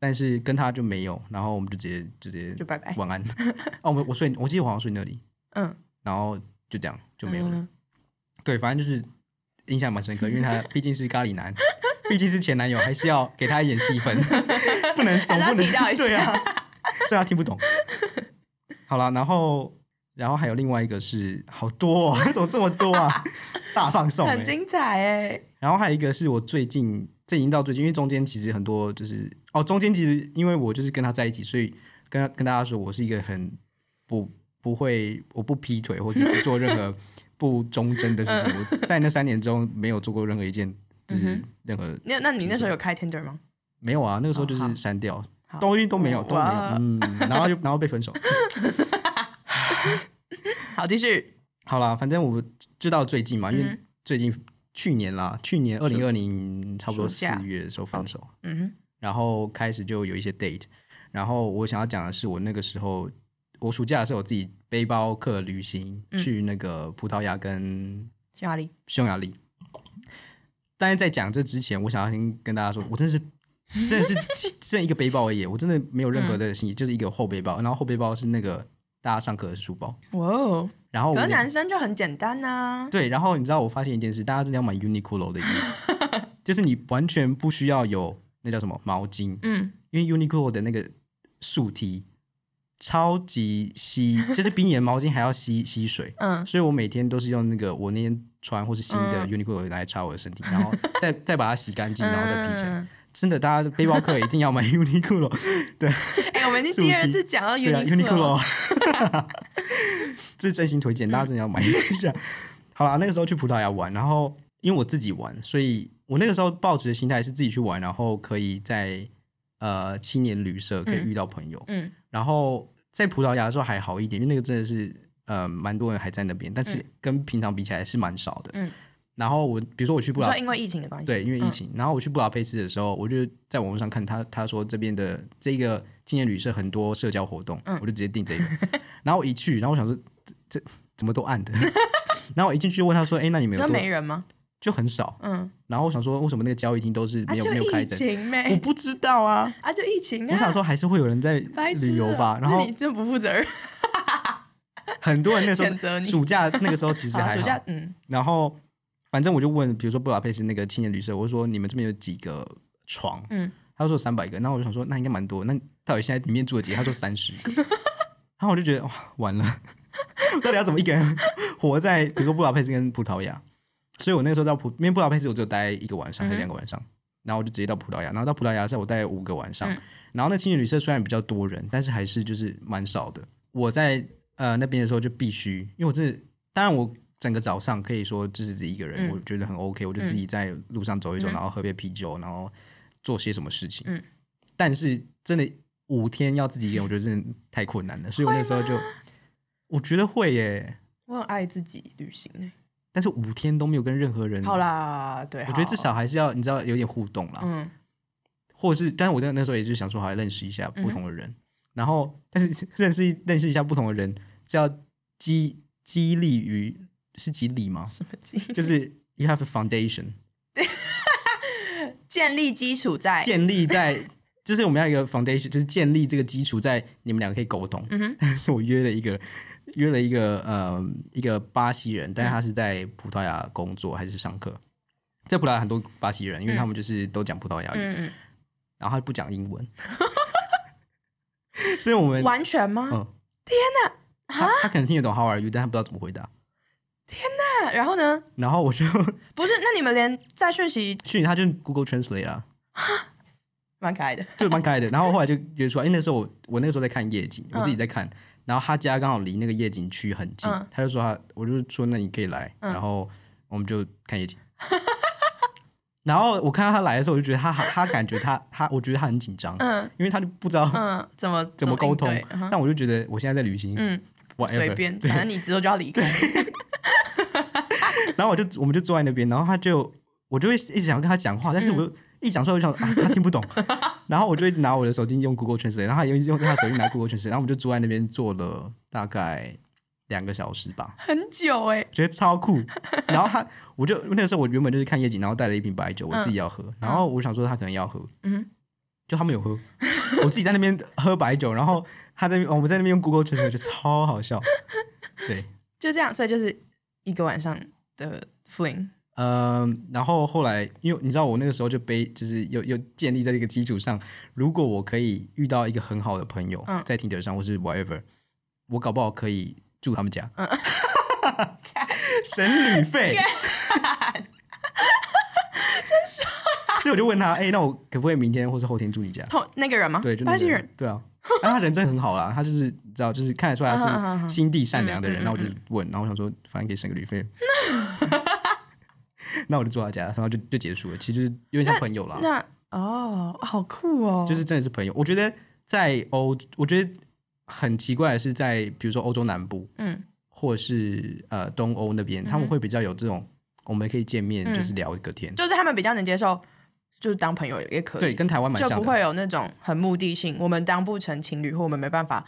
A: 但是跟他就没有，然后我们就直接就直
B: 就
A: 接
B: 拜拜。
A: 晚安， [LAUGHS] 哦，我我睡，我记得我好像睡那里，
B: 嗯，
A: 然后就这样就没有了，
B: 嗯
A: 对，反正就是印象蛮深刻，因为他毕竟是咖喱男，毕竟是前男友，还是要给他一点戏
B: [LAUGHS]
A: 份，不能总
B: 还是要
A: 不能
B: 提到一下
A: 对啊，虽然他听不懂。好了，然后然后还有另外一个是好多、哦， [LAUGHS] 怎么这么多啊？大放送、
B: 很
A: 欸。
B: 精彩哎、
A: 然后还有一个是我最近，这已经到最近，因为中间其实很多就是哦，中间其实因为我就是跟他在一起，所以跟他跟大家说我是一个很不不会，我不劈腿或者不做任
B: [LAUGHS]
A: 何不忠贞的事
B: 嗯
A: 情。我在那三年中没有做过任何一件就是任何
B: 那那你那时候有开 Tinder 吗？
A: 没有啊，那个时候
B: 哦
A: 就是
B: 好
A: 删掉，
B: 好
A: 东西都没有，都没有
B: 哇，
A: 嗯，然后就然后被分手。
B: 好，继续。
A: 好啦，反正我知道最近嘛，因为
B: 嗯
A: 最近去年啦，去年二零二零差不多
B: 暑
A: 四
B: 假
A: 月的时候放手，
B: 嗯
A: 然后开始就有一些 date，然后我想要讲的是，我那个时候我暑假的时候，我自己背包客旅行、
B: 嗯
A: 去那个葡萄牙跟
B: 哼，去哪里？
A: 匈牙利。但是在讲这之前，我想要先跟大家说，我真的是。真的是剩一个背包而已，我真的没有
B: 嗯
A: 任何的行李，就是一个后背包，然后后背包是那个大家上课的书包，
B: 哇哦！
A: 然后我
B: 可是
A: 连
B: 男生就很简单啊呐、
A: 对，然后你知道我发现一件事，大家真的要买 Uniqlo 的衣服，
B: [LAUGHS]
A: 就是你完全不需要有那叫什么毛巾，
B: 嗯，
A: 因为 Uniqlo 的那个竖 T 超级吸，就是比你的毛巾还要吸 [LAUGHS] 吸水。
B: 嗯
A: 所以我每天都是用那个我那天穿或是新的 Uniqlo 来擦我的身体，然后再 [LAUGHS] 再把它洗干净，然后再披起来。
B: 嗯
A: 真的，大家背包客一定要买 [LAUGHS]
B: [LAUGHS]
A: Uniqlo，
B: 哎、我们已
A: 竖
B: 经第二
A: 提
B: 次讲到
A: 对啊
B: Uniqlo，、
A: [LAUGHS]
B: [LAUGHS]
A: 这是真心推荐，大家真的要买一下。好啦，那个时候去葡萄牙玩，然后因为我自己玩，所以我那个时候抱持的心态是自己去玩，然后可以在呃青年旅社可以遇到朋友。
B: 嗯
A: 然后在葡萄牙的时候还好一点，因为那个真的是呃蛮多人还在那边，但是跟平常比起来是蛮少的。
B: 嗯，
A: 然后我比如说我去布
B: 你
A: 达
B: 说因嗯为疫情的关系，
A: 啊对，因为疫情。然后我去布达佩斯的时候，我就在网络上看他，他说这边的这个青年旅社很多社交活动，
B: 嗯
A: 我就直接订
B: [LAUGHS]
A: 这个。然后我一去，然后我想说这这怎么都
B: [LAUGHS]
A: 暗的。然后我一进去就问他说：“哎、那你
B: 你
A: 们有
B: 说
A: 多
B: 没人吗？
A: 就很少
B: 嗯，？”
A: 然后我想说，为什么那个交易厅都是
B: 啊，
A: 没有、
B: 就
A: 没有开
B: 疫
A: 灯？
B: [LAUGHS] 情
A: 我
B: 呗，
A: 不知道啊，
B: 啊，就疫情啊。
A: 我想说还是会有人在
B: 白痴
A: 旅游
B: 啊
A: 吧。然
B: 那
A: 后
B: 你真不负责任，
A: 很多人那时
B: [LAUGHS] 谴责
A: 候
B: 你
A: 暑假那个时候其
B: [LAUGHS]
A: 实
B: 好，
A: 还
B: 暑
A: 好，
B: 假嗯
A: 然后反正我就问，比如说布达佩斯那个青年旅社，我就说你们这边有几个床？
B: 嗯，
A: 他说三百个，然后我就想说那应该蛮多，那到底现在里面住了几个？他说三
B: [LAUGHS]
A: 十个，然后我就觉得哇完了， [LAUGHS] 我到底要怎么一个人活在比如说布达佩斯跟葡萄牙？所以我那个时候到葡，因为布达佩斯我只有待一个晚
B: 嗯
A: 上还是两个晚上，然后我就直接到葡萄牙，然后到葡萄牙的时候我待五个晚上，
B: 嗯
A: 然后那青年旅社虽然比较多人，但是还是就是蛮少的。我在呃那边的时候就必须，因为我真的，当然我整个早上可以说就是自己一个人，
B: 嗯
A: 我觉得很 OK，我就自己在路上走一走，然后喝杯啤酒，然后做些什么事情。
B: 嗯
A: 但是真的五天要自己一个人，我觉得真的太困难了，所以我那时候就我觉得会耶，
B: 我很爱自己旅行欸
A: 但是五天都没有跟任何人。
B: 好，啦，对，
A: 我觉得
B: 好
A: 至少还是要你知道有点互动啦。
B: 嗯
A: 或者是，但是我在那时候也是想说，好认识一下
B: 嗯哼
A: 不同的人，然后但是认识一认识一下不同的人，是要激激励于是激励
B: [LAUGHS]
A: 吗？
B: 什么基
A: 就是 you have a foundation，
B: [LAUGHS] 建立基础在
A: 建立在就是我们要有一个 foundation，就是建立这个基础在你们两个可以沟通。
B: 嗯哼
A: 但是 [LAUGHS] 我约了一个约了一个呃一个巴西人，但是他是在葡萄牙工作还是上课，在葡萄牙很多巴西人，因为他们就是都讲葡萄牙语，
B: 嗯
A: 然后他不讲英文， [LAUGHS] 所以我们
B: 嗯，完全吗？
A: 嗯，天哪！他他可能听得懂 How are you，但他不知道怎么回答。
B: 那啊然后呢？
A: 然后我就 [LAUGHS]
B: 不是，那你们连在讯息
A: 去年他就是 Google Translate 啊，
B: 蛮可爱的，
A: 就蛮可爱的。然后后来就约出来，因哎为那时候我我那个时候在看夜景，
B: 嗯
A: 我自己在看。然后他家刚好离那个夜景区很近，
B: 嗯
A: 他就说他，我就说那你可以来，
B: 嗯
A: 然后我们就看
B: [LAUGHS]
A: 夜景。然后我看到他来的时候，我就觉得他他感觉他他，我觉得他很紧张，
B: 嗯
A: 因为他就不知道
B: 嗯，怎么
A: 怎么沟通
B: 应对。嗯哼
A: 但我就觉得我现在在旅行，
B: 嗯，
A: whatever，
B: 随便，
A: 对
B: 反，正你之后就要离开。
A: 然后我就我们就坐在那边，然后他就我就会一直想要跟他讲话，但是我又一讲出来我就想、啊、他听不懂，然后我就一直拿我的手机用 Google Translate，然后他用用他手机拿 Google Translate，然后我们就坐在那边坐了大概两个小时吧，
B: 很久哎、
A: 觉得超酷。然后他我就那个时候我原本就是看夜景，然后带了一瓶白酒，我自己要喝，然后我想说他可能要喝，
B: 嗯，
A: 就他们有喝，我自己在那边喝白酒，然后他在那边我们在那边用 Google Translate 就超好笑，对。
B: 就这样，所以就是一个晚上的 fling，
A: 嗯，然后后来，因为你知道，我那个时候就背，就是又又建立在这个基础上，如果我可以遇到一个很好的朋友，
B: 嗯
A: 在 Tinder 上或是 whatever，我搞不好可以住他们家，省旅费。所以我就问他，哎、那我可不可以明天或是后天住你家？
B: 同那个人吗？
A: [LAUGHS] 对，就那
B: 巴
A: 个
B: 西人，，
A: 对啊，但他人真的很好啦，他就是你知道，就是看得出来
B: 嗯嗯嗯
A: 他
B: 嗯
A: 是心地善良的人，
B: 嗯嗯
A: 然后我就问，然后我想说，反正可以省个旅费， [LAUGHS] 那我就住他家，然后就就结束了，其实就是有点像朋友啦，
B: 那哦，好酷哦，
A: 就是真的是朋友。我觉得在欧，我觉得很奇怪的是在比如说欧洲南部
B: 嗯
A: 或者是呃东欧那边，他们会比较有这种我们可以见面
B: 嗯
A: 就是聊个天，
B: 就是他们比较能接受，就是当朋友也可以，
A: 对，跟台湾蛮
B: 就
A: 像
B: 不
A: 的，
B: 会有那种很目的性，我们当不成情侣，或我们没办法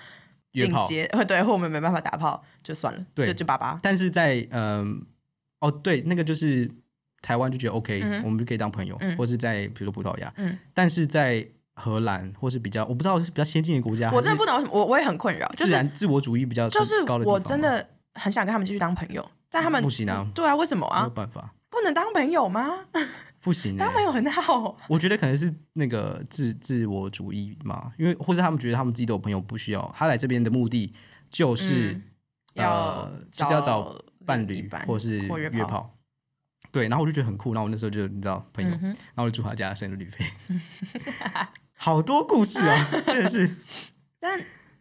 A: 约
B: 进
A: 炮。
B: 阶， [LAUGHS] 呃，对，或我们没办法打炮，就算了，
A: 对
B: 就就爸爸，
A: 但是在嗯、哦对，那个就是台湾就觉得 OK，、
B: 嗯
A: 我们就可以当朋友，
B: 嗯
A: 或是在比如说葡萄牙，
B: 嗯
A: 但是在荷兰或是比较我不知道是比较先进的国家，
B: 我
A: 还
B: 真的
A: 是
B: 不懂为什么，我我也很困扰，就
A: 自
B: 是
A: 然自我主义比较
B: 就是
A: 高的地
B: 我
A: 方
B: 真
A: 嘛
B: 的很想跟他们继续当朋友，但他们
A: 不行啊
B: 对啊，为什么
A: 没有
B: 啊？
A: 办法，
B: 不能当朋友吗？ [LAUGHS]
A: 不行、欸
B: 当。朋友很好，
A: 我觉得可能是那个自自我主义嘛，因为或是他们觉得他们自己都有朋友，不需要他来这边的目的就是、
B: 嗯
A: 呃就是要找伴侣
B: 伴
A: 或是
B: 或约
A: 约炮。对，然后我就觉得很酷，然后我那时候就你知道朋友，
B: 嗯哼
A: 然后我就住他家生日旅费，好多故事
B: [LAUGHS]
A: 啊，真的是
B: 但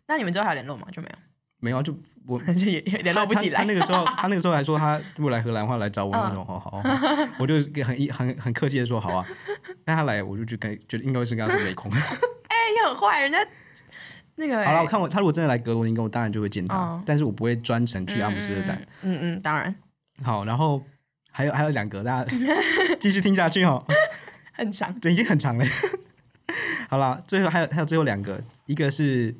B: 那你们之后还有联络吗？就没有， [LAUGHS]
A: 没有啊就我
B: 就也也联络不起
A: 他
B: 来
A: 他。他那个时候，他那个时候还说他如果来荷兰的话来找我，
B: 嗯
A: 那种好好，好我就很很很客气的说好啊。但他来，我就觉跟觉得应该是跟他是没
B: [LAUGHS]
A: 空。好
B: 哎，你很坏，人家那个欸
A: 了，我看我他如果真的来格罗宁根，我当然就会见他
B: 哦，
A: 但是我不会专程去阿姆斯特丹。
B: 嗯，嗯嗯，当然
A: 好，然后还有还有两个，大家 [LAUGHS] 继续听下去哦，
B: 很长。
A: 这已经很长了。 [LAUGHS] 好啦，最后还有还有最后两个，一个是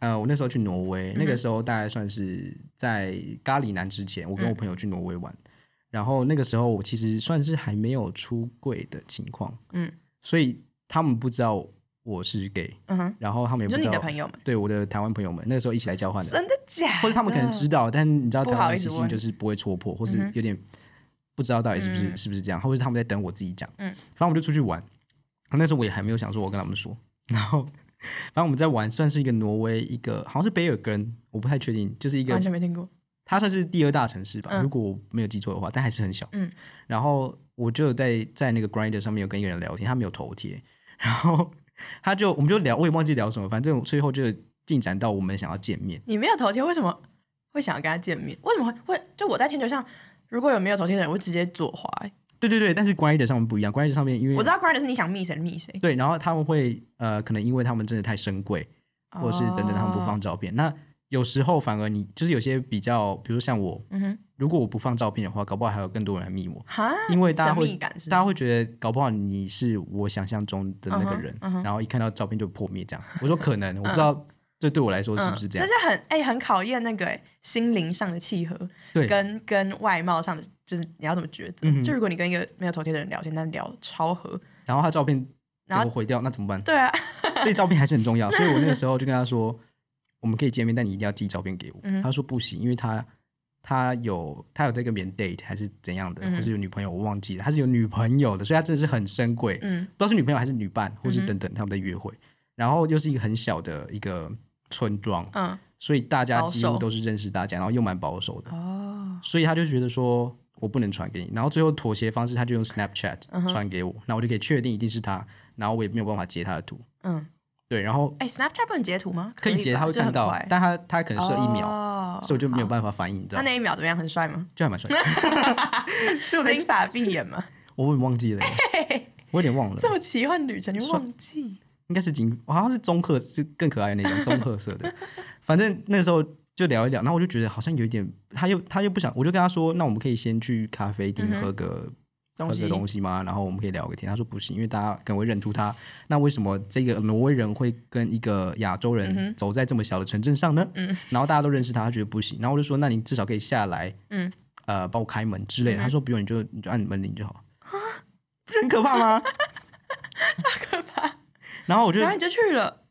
A: 呃，我那时候去挪威，那
B: 嗯
A: 个时候大概算是在咖喱男之前，我
B: 嗯
A: 跟我朋友去挪威玩，然后那个时候我其实算是还没有出柜的情况，
B: 嗯，
A: 所以他们不知道我是 gay，
B: 嗯哼，
A: 然后他们也
B: 你
A: 不
B: 说
A: 知
B: 你
A: 道
B: 的朋友们，
A: 对我的台湾朋友们，那个时候一起来交换的，
B: 真的假 [LAUGHS] 的？
A: 或者他们可能知道，但你知道台
B: 不
A: 湾
B: 好
A: 的
B: 意思
A: 习性
B: 问
A: 就是不会戳破，或
B: 嗯
A: 是
B: 哼
A: 有点不知道到底是不是、
B: 嗯
A: 是不是这样，或者是他们在等我自己讲。
B: 嗯
A: 反正我们就出去玩，那时候我也还没有想说我跟他们说， [LAUGHS] 然后反正我们在玩，算是一个挪威一个好像是卑尔根，我不太确定，就是一个
B: 完全没听过。
A: 它算是第二大城市吧，
B: 嗯
A: 如果我没有记错的话，但还是很小。
B: 嗯，
A: 然后我就在在那个 Grinder 上面有跟一个人聊天，他没有头贴， [LAUGHS] 然后他就我们就聊，我也忘记聊什么，反正最后就进展到我们想要见面。
B: 你没有头贴，为什么会想要跟他见面？为什么会会？就我在天球上，如果有没有头贴的人，我会直接左滑、欸
A: 对对对，但是 Grinder 上面不一样，Grinder 上面因为
B: 我知道 Grind 是你想密谁密谁，
A: 对，然后他们会呃，可能因为他们真的太珍贵，或者是等等他们不放
B: 哦。
A: 照片。那有时候反而你就是有些比较，比如像我，
B: 嗯哼，
A: 如果我不放照片的话，搞不好还有更多人来密我，
B: 哈，
A: 因为大家
B: 神
A: 会
B: 秘感是不是
A: 大家会觉得搞不好你是我想象中的那个
B: 嗯哼
A: 人，
B: 嗯哼
A: 然后一看到照片就破灭这样。我说可能，我不知道这对我来说是不是这样
B: 嗯、。这是很哎、很考验那个哎、心灵上的契合，
A: 对
B: 跟跟外貌上的，就是你要怎么抉择。
A: 嗯哼
B: 就如果你跟一个没有头贴的人聊天，但聊超合，
A: 然后他照片结
B: 然后
A: 果毁掉，那怎么办？
B: 对啊，
A: [LAUGHS] 所以照片还是很
B: [LAUGHS]
A: 重要。所以我那个时候就跟他说，我们可以见面，但你一定要寄照片给我。
B: 嗯
A: 他说不行，因为他他有他有在跟别人 date 还是怎样的，
B: 嗯哼
A: 或是有女朋友，我忘记了，他是有女朋友的，所以他真的是很珍贵。
B: 嗯
A: 不知道是女朋友还是女伴，或
B: 嗯
A: 是
B: 哼
A: 等等他们在约会。然后又是一个很小的一个村庄，
B: 嗯，
A: 所以大家几
B: 保
A: 乎
B: 守
A: 都是认识大家，然后又蛮保守的，
B: 哦，
A: 所以他就觉得说。我不能传给你，然后最后妥协方式，他就用 Snapchat
B: 嗯哼
A: 传给我，那、我就可以确定一定是他，然后我也没有办法截他的图，
B: 嗯，
A: 对，然后
B: 哎、s n a p c h a t 不能截图吗？
A: 可以截，
B: 吧
A: 他会
B: 就很
A: 看到
B: 快，
A: 但他他可能设一秒，
B: 哦
A: 所以我就没有
B: 法。
A: 办法反应，你知道
B: 他
A: 吗？
B: 那一秒怎么样？很帅
A: [LAUGHS]
B: 吗？
A: 就还蛮帅的，所以我才
B: 金发碧
A: [LAUGHS]
B: 眼吗？
A: 我有点忘记了耶，
B: [LAUGHS]
A: 我有点忘了，
B: 这么奇幻旅程你忘记？
A: 应该是金，好像是棕褐，是更可爱的那种棕褐色的。反正那时候就聊一聊，然后我就觉得好像有一点，他又他又不想，我就跟他说，那我们可以先去咖啡厅
B: 嗯哼
A: 喝个
B: 东
A: 喝
B: 西
A: 个东西吗？然后我们可以聊个天。他说不行，因为大家可能会认出他。那为什么这个挪威人会跟一个亚洲
B: 嗯
A: 人
B: 哼
A: 走在这么小的城镇上呢？
B: 嗯
A: 然后大家都认识他，他觉得不行。然后我就说，那你至少可以下来，
B: 嗯，
A: 呃，帮我开门之类的。
B: 嗯哼
A: 他说不用，你就你就按门铃就好。啊不是很可怕
B: [LAUGHS]
A: 吗？超可怕。然后我就
B: 然后你就去了。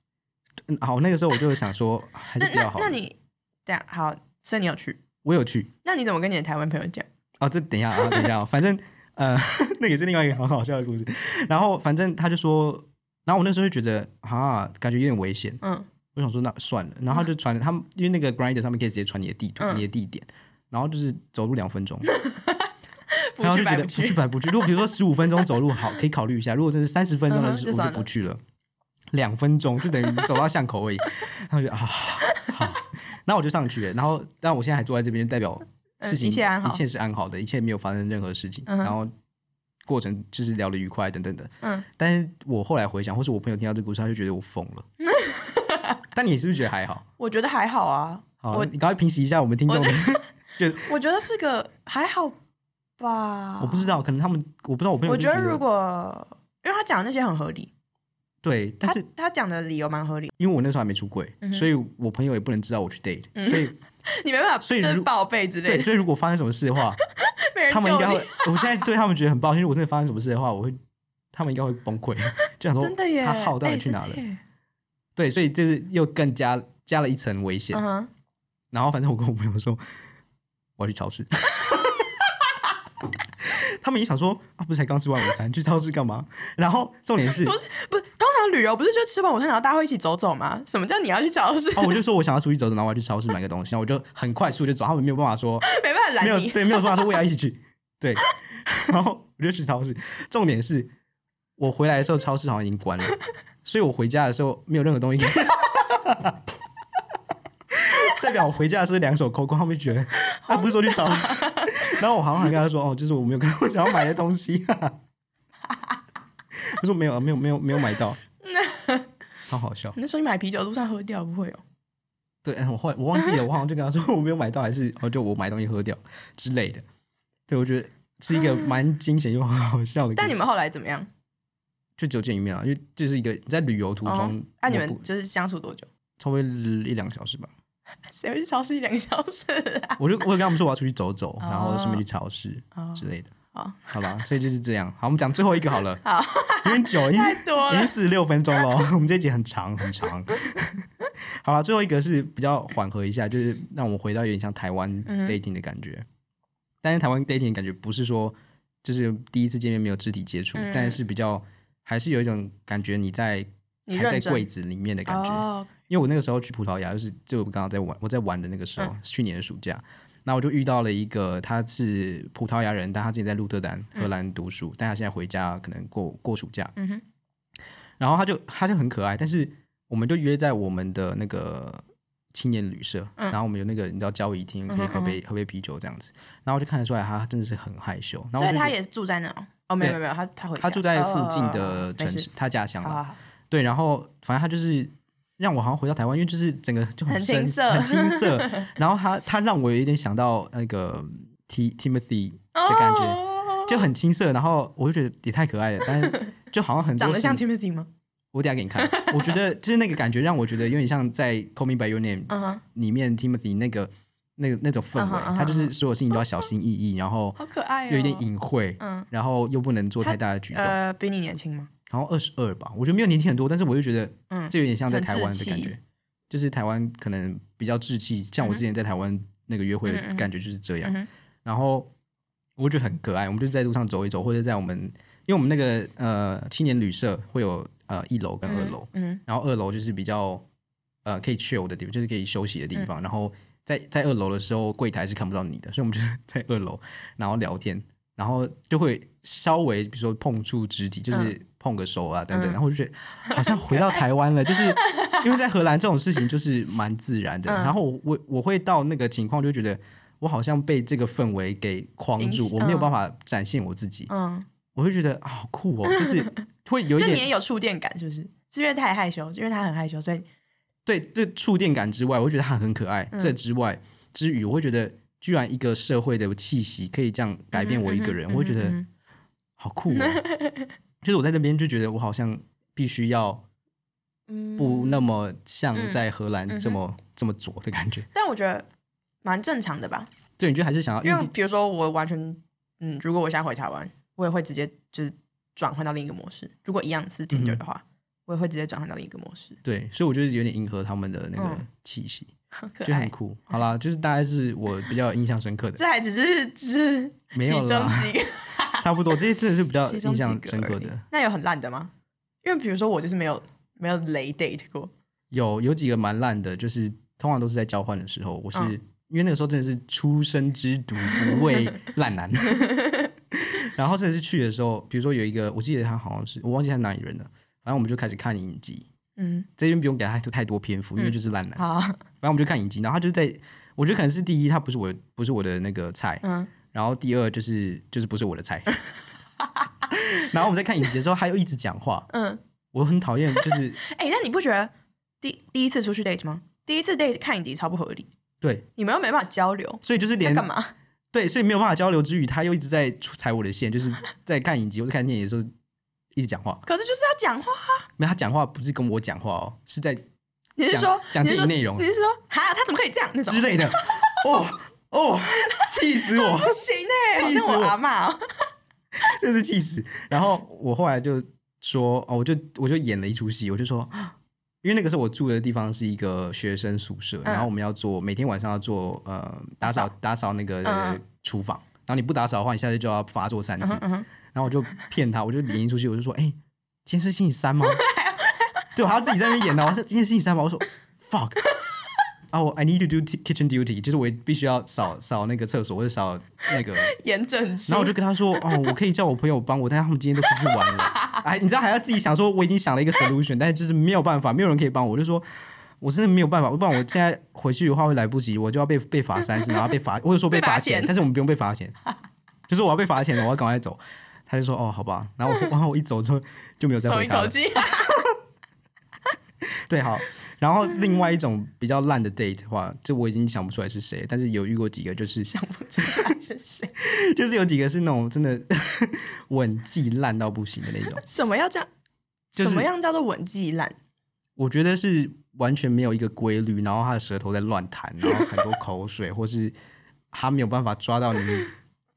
A: 嗯好，那个时候我就想说，还是
B: 那
A: 比较
B: 那
A: 好了。
B: 那你这样好，所以你有去？
A: 我有去
B: 那你怎么跟你的台湾朋友讲？
A: 哦，这等一下啊，等一下、哦，反正呃， [LAUGHS] 那也是另外一个很好笑的故事。然后反正他就说，然后我那时候就觉得啊，感觉有点危险，
B: 嗯
A: 我想说那算了，然后他就传了他们，因为那个 Grinder 上面可以直接传你的地图、
B: 嗯
A: 你的地点，然后就是走路两分钟，
B: 不
A: 然后就觉
B: 去白
A: 得不
B: 不去，
A: 去白不去。如果比如说十五分钟走路好，可以考虑一下；如果真是三十分钟
B: 嗯
A: 的，
B: 哼
A: 我
B: 就
A: 就
B: 算了
A: 不去了。两分钟就等于走到巷口而已， [LAUGHS] 然后我就啊好，那我就上去了。然后，但我现在还坐在这边，代表事情、
B: 嗯一切安好
A: 是安好的，一切没有发生任何事情。
B: 嗯哼
A: 然后过程就是聊得愉快等等的。
B: 嗯，
A: 但是我后来回想，或是我朋友听到这个故事，他就觉得我疯
B: [LAUGHS]
A: 了。但你是不是觉得还好？
B: 我觉得还好啊，
A: 好，
B: 我
A: 你赶快平息一下我们听众的。
B: 我 [LAUGHS] 觉得是个还好吧，
A: 我不知道，可能他们我不知道我朋友
B: 我
A: 就
B: 觉
A: 觉
B: 得如果因为他讲的那些很合理，
A: 对，但
B: 他
A: 是
B: 他讲的理由蛮合理， [LAUGHS]
A: 因为我那时候还没出柜，
B: 嗯哼嗯
A: 所以我朋友也不能知道我去 date，、所
B: [LAUGHS]
A: 以
B: 你没办法
A: 所以
B: 就是
A: 如
B: 报备之类
A: 对，
B: 的，
A: 所以如果发生什么事的
B: [LAUGHS]
A: 话，
B: 没人
A: 他们应该
B: 救
A: 会
B: 你，，
A: 我现在对他们觉得很抱歉，如果真的发生什么事的话，我会，他们应该会崩溃，就想说
B: 真的耶，
A: 他号到底
B: 哎
A: 去哪了？？
B: 真的耶
A: 对，所以这是又更加加了一层危险。
B: 嗯哼，
A: 然后反正我跟我朋友说，我要去超市。 [LAUGHS] 他们也想说啊，不是才刚吃完午餐，去超市干嘛？然后重点是，
B: 不是不是，通常旅游不是就吃完午餐然后大家会一起走走吗？什么叫你要去超市？
A: 哦，我就说我想要出去走走，然后我要去超市买个东西，然后我就很快速就走，他们没有办法说
B: [LAUGHS] 没办法
A: 没
B: 拦
A: 有
B: 你，
A: 对，没有说他说我也要一起去，对，然后我就去超市。重点是我回来的时候，超市好像已经关了，所以我回家的时候没有任何东西可以。代表我回家的时候两手空空，他们就觉得他不是说去超市， [LAUGHS] 然后我好像还跟他说哦，就是我没有看到我想要买的东西、啊他说没有，没有，没有，没有买到，超好笑。
B: 你那时候你买啤酒路上喝掉不会哦？
A: 对，哎我后来我忘记了，我好像就跟他说 [LAUGHS] 我没有买到，还是哦，就我买东西喝掉之类的。对，我觉得是一个蛮惊险又很好笑的故事。
B: 啊但你们后来怎么样？
A: 就只有见一面啊，因为这是一个在旅游途
B: 哦
A: 中，
B: 那你
A: 我
B: 们
A: 不
B: 就是相处多久？ [LAUGHS]
A: 稍微一两个小时吧。
B: 谁会去超市一两个小时啊？
A: 我就我有跟他们说我要出去走走，然后顺便去超市 [LAUGHS]
B: 哦
A: 之类的。
B: 好
A: 好吧，所以就是这样。好，我们讲最后一个好了，
B: [LAUGHS] 好，
A: 有点久，已经
B: 太多
A: 已
B: 了
A: 经四十六分钟了 [LAUGHS] 哦。我们这一集很长很长。 [LAUGHS] 好了，最后一个是比较缓和一下，就是让我们回到有点像台湾
B: 嗯
A: dating 的感觉。但是台湾 dating 的感觉不是说就是第一次见面没有肢体接触，
B: 嗯
A: 但是比较还是有一种感觉你在
B: 你
A: 还在
B: 认真
A: 柜子里面的感觉。
B: 哦，
A: 因为我那个时候去葡萄牙，就是就我刚刚在玩，我在玩的那个时
B: 嗯
A: 候，是去年的暑假，那我就遇到了一个他是葡萄牙人，但他自己在鹿特丹荷兰读书，但他现在回家可能过过暑假，
B: 嗯哼，
A: 然后他就他就很可爱，但是我们就约在我们的那个青年旅社，
B: 嗯
A: 然后我们有那个你知道交易厅，可以喝杯、喝杯啤酒这样子，然后我就看得出来他真的是很害羞，然后
B: 所
A: 我
B: 以
A: 就
B: 他
A: 觉得
B: 也是住在那哦，哦，没有没有没有，他他回
A: 他
B: 家
A: 住在附近
B: 哦哦哦
A: 的
B: 哦
A: 城
B: 没
A: 市，
B: 事
A: 他家乡
B: 好
A: 啦，
B: 好好
A: 对，然后反正他就是让我好像回到台湾，因为就是整个就
B: 很青
A: 深
B: 涩
A: 很青涩。然后他他让我有一点想到那个 T Timothy 的感觉，
B: 哦
A: 就很青涩。然后我就觉得也太可爱了，但是就好像很多
B: 长得像
A: 事情
B: Timothy 吗？
A: 我等一下给你
B: [LAUGHS]
A: 看。我觉得就是那个感觉让我觉得有点像在《Call Me by Your Name
B: 嗯哼，》
A: 里面 Timothy 那个那个那种氛
B: 嗯哼
A: 围
B: 嗯哼
A: 他就是所有事情都要小心翼翼，然后
B: 好可爱哦，
A: 又有一点隐晦，
B: 嗯，
A: 然后又不能做太大的举动。
B: 呃，比你年轻吗？
A: 然后二十二吧，我觉得没有年轻很多，但是我就觉得
B: 嗯，
A: 这有点像在台湾
B: 很
A: 的
B: 稚
A: 感
B: 气嗯
A: 觉，就是台湾可能比较稚气，像我之前在台湾那个约会
B: 嗯嗯
A: 的
B: 嗯
A: 感觉就是这样。
B: 嗯哼
A: 然后我觉得很可爱，我们就在路上走一走，或者在我们，因为我们那个呃青年旅社会有呃一楼跟二楼，
B: 嗯
A: 然后二楼就是比较呃可以 chill 的地方，就是可以休息的
B: 嗯
A: 地方。然后在在二楼的时候，柜台是看不到你的，所以我们就是 [LAUGHS] 在二楼然后聊天，然后就会稍微比如说碰触肢体，就是碰个手啊等等。
B: 嗯
A: 然后我就觉得好像回到台湾了，就是因为在荷兰这种事情就是蛮自然的。
B: 嗯
A: 然后我我我会到那个情况就觉得。我好像被这个氛围给框住
B: 影，响
A: 我没有办法展现我自己，
B: 嗯，
A: 我会觉得啊好酷哦，就是会有一
B: 就你
A: 点
B: 也有触电感是不是？是因为太害羞，因为他很害羞，所以
A: 对这触电感之外，我会觉得它很可爱。
B: 嗯
A: 这之外之余，我会觉得居然一个社会的气息可以这样改变我一个人，
B: 嗯哼
A: 我会觉得
B: 嗯
A: 好酷哦。 [LAUGHS] 就是我在那边就觉得我好像必须要
B: 哼嗯
A: 不那么像
B: 嗯
A: 在荷兰
B: 嗯
A: 这么、这么左的感觉。
B: 但我觉得蛮正常的吧，
A: 对，你就还是想要，
B: 因
A: 因
B: 为
A: 为
B: 比如说我完全，嗯，如果我现在回台湾，我也会直接就是转换到另一个模式。如果一样是 Tinder 的
A: 嗯
B: 话，我也会直接转换到另一个模式。 [LAUGHS]
A: 对，所以我就是有点迎合他们的那个
B: 嗯
A: 气息，
B: 很可
A: 就很
B: 爱，
A: 酷。好啦，就是大概是我比较印象深刻的，
B: 这还只是只是
A: 没
B: 其
A: 有
B: 中
A: 啦，
B: 几个，
A: 差不多，这些真的是比较
B: 其中
A: 印
B: 几个
A: 象深刻
B: 而已
A: 的。。
B: 那有很烂的吗？因为比如说我就是没有没有雷 date 过，
A: 有有几个蛮烂的，就是通常都是在交换的时候，我是、
B: 嗯
A: 因为那个时候真的是出生之犊不畏烂
B: [LAUGHS]
A: 男，然后真的是去的时候，比如说有一个，我记得他好像是我忘记他哪里人了，反正我们就开始看影集，
B: 嗯，
A: 这边不用给他太太多篇幅，因为就是烂男，
B: [LAUGHS] 好，
A: 反正我们就看影集，然后他就在，我觉得可能是第一，他不是我不是我的那个菜，
B: 嗯，
A: 然后第二就是就是不是我的菜。 [LAUGHS] 然后我们在看影集的时候，他又一直讲话，
B: 嗯，
A: 我很讨厌，就是
B: 哎、那你不觉得第第一次出去 date 吗？第一次 date 看影集超不合理，
A: 对，
B: 你们又没办法交流，
A: 所以就是
B: 那
A: 连
B: 干嘛？
A: 对，所以没有办法交流之余，他又一直在出踩我的线，就是在看影集或者看电影的时候一直讲话。
B: 可是就是要讲话，
A: 没有，他讲话不是跟我讲话哦，是在
B: 你是
A: 讲
B: 说
A: 讲
B: 你
A: 电
B: 是
A: 影
B: 说
A: 内容
B: 你是说哈，他怎么可以这样那种
A: 之？类的。 [LAUGHS] 哦哦， [LAUGHS] 气死我！
B: 不行哎、好
A: 气
B: 像
A: 死
B: 我
A: 我
B: 阿妈、哦。
A: 真是气死。然后我后来就说，哦，我就我就演了一出戏，我就说，因为那个时候我住的地方是一个学生宿舍，
B: 嗯
A: 然后我们要做每天晚上要做呃打扫打扫那个、
B: 嗯嗯
A: 厨房，然后你不打扫的话，你下次就要罚做三
B: 嗯
A: 次。
B: 哼嗯哼，
A: 然后我就骗他，我就演一出戏，我就说，哎、今天是星期三
B: [LAUGHS]
A: 吗？对，我还要自己在那边演呢。我说今天是星期三吗？我说 fuck。啊，我 I need to do t- kitchen duty，就是我必须要扫扫那个厕所或者扫那个
B: 严正气。
A: 然后我就跟他说：“哦，我可以叫我朋友帮我，但他们今天都出去玩了。”哎，你知道还要自己想说，我已经想了一个 solution，但是就是没有办法，没有人可以帮我。我就说，我真的没有办法，不然我现在回去的话会来不及，我就要被被罚三次，然后被罚，我有说
B: 被罚
A: 罚
B: 钱
A: 但是我们不用被罚钱，就是我要被罚钱了，我要赶快走。他就说：“哦，好吧。”然后我然后我一走之后就没有再
B: 松
A: 回
B: 一
A: 他
B: 口
A: 了。
B: 气。 [LAUGHS]
A: [LAUGHS] 对，好。然后另外一种比较烂的 date 的话，这我已经想不出来是谁，但是有遇过几个，就是
B: 想不出来是谁。
A: [LAUGHS] 就是有几个是那种真的 [LAUGHS] 吻技烂到不行的那种。
B: 什么要这样？
A: 就是
B: 什么样叫做吻技烂？
A: 我觉得是完全没有一个规律，然后他的舌头在乱弹，然后很多口水，或是他没有办法抓到你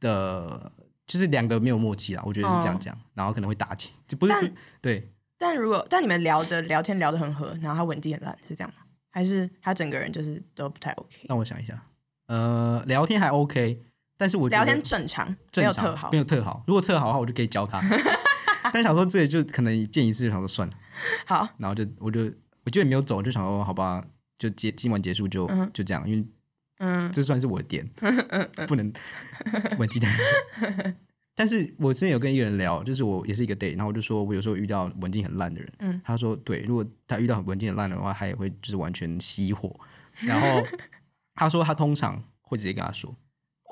A: 的，就是两个没有默契啦。我觉得是这样讲，然后可能会打起，就不是
B: 哦但
A: 对，
B: 但如果但你们聊的聊天聊得很合，然后他吻技很烂，是这样吗？还是他整个人就是都不太 OK？
A: 让我想一下，呃，聊天还 OK，但是我觉
B: 聊
A: 得
B: 天正常，没
A: 正
B: 有
A: 常
B: 特好
A: 没。有特好。如果特好的话，我就可以
B: [LAUGHS]
A: 教他。但想说这里就可能见一次，就想说算了，
B: 好，
A: 然后就我就我就也没有走，就想说好吧，就结今晚结束就、
B: 嗯哼
A: 就这样，因为
B: 嗯
A: 这算是我的
B: [LAUGHS]
A: 点，不能我记得。但是我之前有跟一个人聊，就是我也是一个 date，然后我就说我有时候遇到文静很烂的人，
B: 嗯
A: 他说对，如果他遇到很文静很烂的话，他也会就是完全熄火。然后他说他通常会直接跟他说，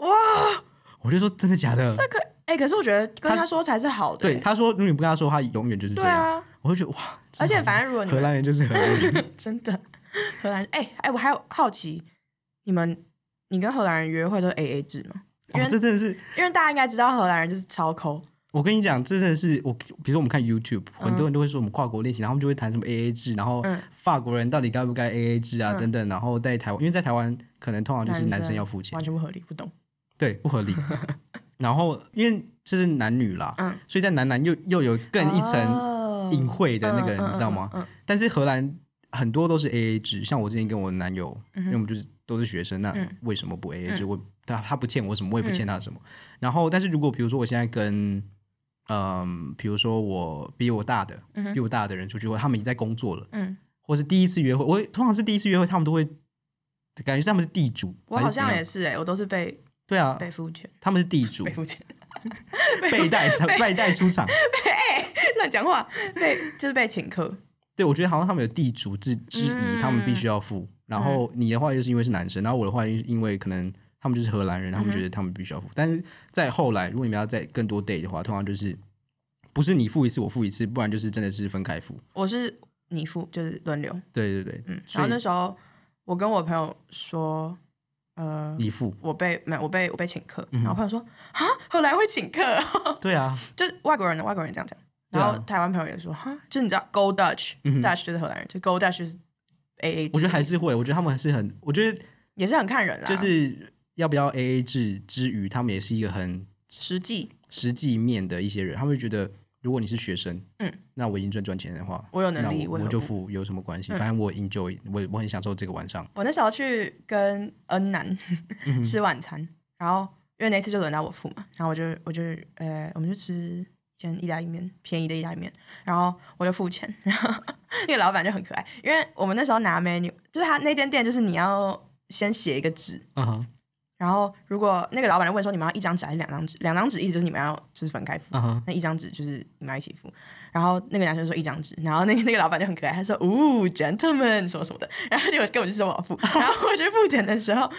B: 哇，
A: 我就说真的假的？
B: 那可哎、可是我觉得跟
A: 他
B: 他说才是好的、
A: 对，他说如果你不跟他说，他永远就是这
B: 对
A: 样。
B: 啊，
A: 我就觉得哇，
B: 而且
A: 真的
B: 反正如果你
A: 荷
B: 们
A: 兰人就是荷兰
B: [LAUGHS]
A: 人，
B: 真的荷兰人哎哎、我还有好奇，你们你跟荷兰人约会都 A A 制吗？因为
A: 哦、这真的是
B: 因为大家应该知道荷兰人就是超抠，
A: 我跟你讲，这真的是我，比如说我们看 YouTube，
B: 嗯
A: 很多人都会说我们跨国恋情，然后他们就会谈什么 AA 制，然后
B: 嗯
A: 法国人到底该不该 AA 制啊、
B: 嗯
A: 等等，然后在台湾，因为在台湾可能通常就是男生要付钱
B: 完，全不合理，不懂。
A: 对，不合理。然后因为这是男女啦，
B: 嗯
A: 所以在男男又又有更一层
B: 层
A: 隐晦的那个，
B: 嗯
A: 你知道吗？？但是荷兰很多都是 AA 制，像我之前跟我男友，因为我们就是都是学生，那
B: 嗯
A: 为什么不 AA 制？我他他不欠我什么，我也不欠他什么。然后，但是如果比如说我现在跟嗯，比如说我比我大的、
B: 嗯哼
A: 比我大的人出去玩，他们已经在工作了，
B: 嗯，
A: 或是第一次约会，我通常是第一次约会，他们都会感觉他们是地主，
B: 我
A: 还是
B: 好像
A: 怎
B: 也
A: 样
B: 是哎、我都是被
A: 对啊，
B: 被付钱，
A: 他们是地主
B: [LAUGHS] 被，付钱，
A: 被带被带出场。
B: 乱讲话，被就是被请客。
A: 对，我觉得好像他们有地主之之
B: 嗯
A: 谊，他们必须要付。然后你的话就是因为是男生，然后我的话就是因为可能他们就是荷兰人，他们
B: 嗯
A: 觉得他们必须要付。但是再后来，如果你们要再更多 day 的话，通常就是不是你付一次我付一次，不然就是真的是分开付。
B: 我是你付，就是轮流。
A: 对对对，
B: 嗯，然
A: 所
B: 后那
A: 以
B: 时候我跟我朋友说，呃，
A: 你付，
B: 我被没有我被我被请客，
A: 嗯哼
B: 然后朋友说啊，荷兰会请客， [LAUGHS]
A: 对啊，
B: 就是外国人的外国人这样讲。
A: 对
B: 然
A: 啊
B: 后台湾朋友也说，哈，就是你知道，Go
A: 嗯哼
B: Dutch，Dutch、就是荷兰人，就 Go Dutch 就是 A A，
A: 我觉得还是会，我觉得他们是很，我觉得
B: 也是很看人啦，啊
A: 就是要不要 A A 制之余，他们也是一个很
B: 实际。
A: 实际面的一些人，他们会觉得如果你是学生，
B: 嗯，
A: 那我已经赚赚钱的话，
B: 我有
A: 那
B: 能力，嗯
A: 我
B: 为何
A: 我就
B: 不
A: 付有什么关系？反正我 enjoy，我我很享受这个晚上。
B: 我那时候去跟恩南吃晚餐，然后因为那次就轮到我付嘛，然后我就我就呃，我们就吃间意大利面，便宜的意大利面，然后我就付钱，然后那个老板就很可爱，因为我们那时候拿 menu，就是他那间店就是你要先写一个纸，
A: 嗯哼，
B: 然后如果那个老板就问说你们要一张纸还是两张纸，两张纸意思就是你们要就是分开付，
A: 嗯哼，
B: 那一张纸就是你们要一起付。然后那个男生说一张纸，然后那个 [LAUGHS] 那个老板就很可爱，他说哦，gentleman 什么什么的，然后结果根本就说我
A: [LAUGHS]
B: 要付，然后我去付钱的时候，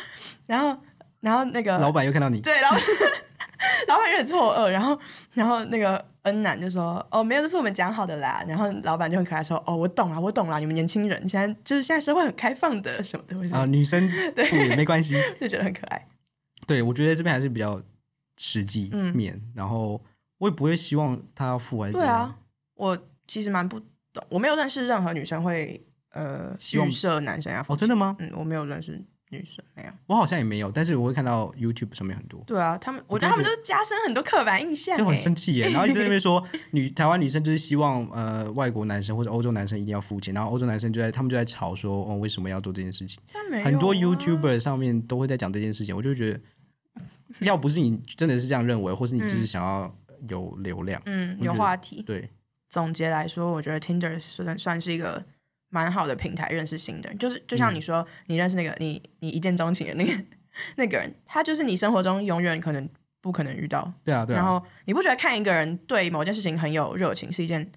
B: 然后然后那个
A: 老板又看到你，
B: [LAUGHS] 对，老板老板有点错愕，然后然后那个恩男就说哦没有，这是我们讲好的啦，然后老板就很可爱说哦我懂啦，我懂啦，你们年轻人现在就是现在社会很开放的什么的，我就、
A: 啊，女生
B: [LAUGHS] 对
A: 付也没关系。
B: 就觉得很可爱，
A: 对，我觉得这边还是比较实际
B: 嗯
A: 面，然后我也不会希望他要付还是怎
B: 对
A: 样。
B: 啊，我其实蛮不懂，我没有认识任何女生会呃
A: 希望
B: 预设男生要付
A: 哦，真的吗？
B: 嗯，我没有认识女生，没有。
A: 我好像也没有，但是我会看到 YouTube 上面很多，
B: 对啊，他们，我
A: 我
B: 觉得
A: 觉
B: 他
A: 得
B: 们就加深很多刻板印象、欸，
A: 就很生气耶。然后一直在那边
B: [LAUGHS]
A: 说女台湾女生就是希望呃外国男生或者欧洲男生一定要付钱，然后欧洲男生就在他们就在吵说哦为什么要做这件事情。
B: 但没有啊
A: 很多 YouTuber 上面都会在讲这件事情，我就会
B: [LAUGHS]
A: 觉得，要不是你真的是这样认为，或是你只是想要有流量，
B: 嗯
A: 我觉
B: 有
A: 得
B: 话题。
A: 对，
B: 总结来说，我觉得 Tinder 算算是一个蛮好的平台，认识新的人，就是就像
A: 嗯
B: 你说，你认识那个你你一见钟情的那个 [LAUGHS] 那个人，他就是你生活中永远可能不可能遇到。
A: 对啊，对
B: 然
A: 啊，
B: 后你不觉得看一个人对某件事情很有热情是一件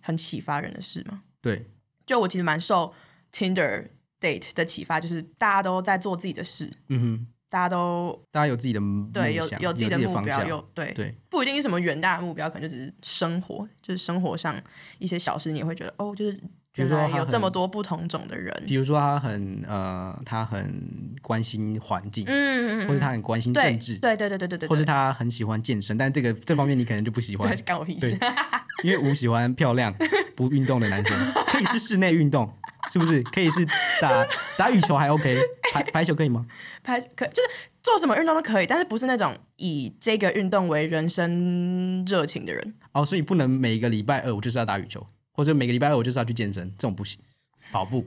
B: 很启发人的事吗？
A: 对，
B: 就我其实蛮受 Tinder date 的启发，就是大家都在做自己的事，
A: 嗯哼，
B: 大家都
A: 大家有自己的梦
B: 对，有
A: 想
B: 有
A: 有
B: 自己的目
A: 方
B: 标，
A: 向，
B: 有对
A: 对
B: 不一定是什么远大的目标，可能就只是生活，就是生活上一些小事，你也会觉得哦，就是
A: 比如
B: 原
A: 说
B: 来
A: 他
B: 有这
A: 很
B: 么多不同种的人，
A: 比如说他很呃，他很关心环境，
B: 嗯嗯嗯，
A: 或者他很关心
B: 对
A: 政治，
B: 对对对对对对，
A: 或是
B: 对
A: 他很喜欢健身，但这个这方面你可能就不喜欢
B: 对，干我屁
A: 对
B: 事， [LAUGHS]
A: 因为我喜欢漂亮不运动的男生，可以是室内运动，是不是？可以是
B: [LAUGHS]
A: 打打羽球还 OK，排排球可以吗？
B: 拍可就是做什么运动都可以，但是不是那种以这个运动为人生热情的人，
A: 哦，所以不能每个礼拜二我就是要打羽球，或者每个礼拜二我就是要去健身，这种不行。跑步，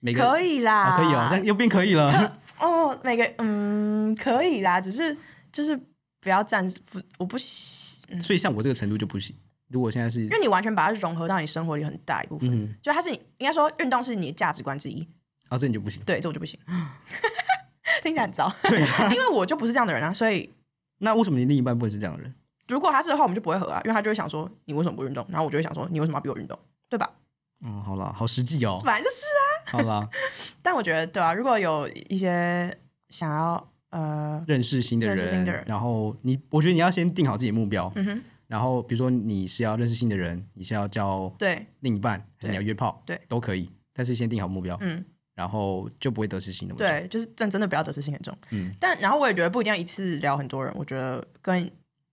A: 每个
B: 可以啊
A: 哦
B: 啦，
A: 可以哦，这样又变可以了。
B: 哦，每个嗯可以啦，只是就是不要暂时不，我不喜，嗯
A: [LAUGHS] 所以像我这个程度就不行。如果现在是
B: 因为你完全把它融合到你生活里很大一部分。
A: 嗯，
B: 就它是你应该说运动是你的价值观之一，
A: 哦，这你就不行。 [LAUGHS]
B: 对，这我就不行， [LAUGHS] 听起来很糟，
A: 对啊，
B: 因为我就不是这样的人啊，所以
A: 那为什么你另一半不能是这样的人？
B: 如果他是的话，我们就不会合啊，因为他就会想说你为什么不运动，然后我就会想说你为什么要逼我运动，对吧？
A: 嗯，好啦，好实
B: [LAUGHS]
A: 际哦，
B: 反正就是
A: 好啦，
B: 啊，但我觉得对啊，如果有一些想要呃，
A: 认识新的人，
B: 认识新的人
A: 然后你，我觉得你要先定好自己的目标，
B: 嗯哼，
A: 然后比如说你是要认识新的人，你是要交
B: 对，
A: 另一半，还是你要约炮，
B: 对，
A: 都可以，但是先定好目标，
B: 嗯，
A: 然后就不会得失心那么重。
B: 对，就是真真的不要得失心很重，
A: 嗯，
B: 但然后我也觉得不一定要一次聊很多人，我觉得跟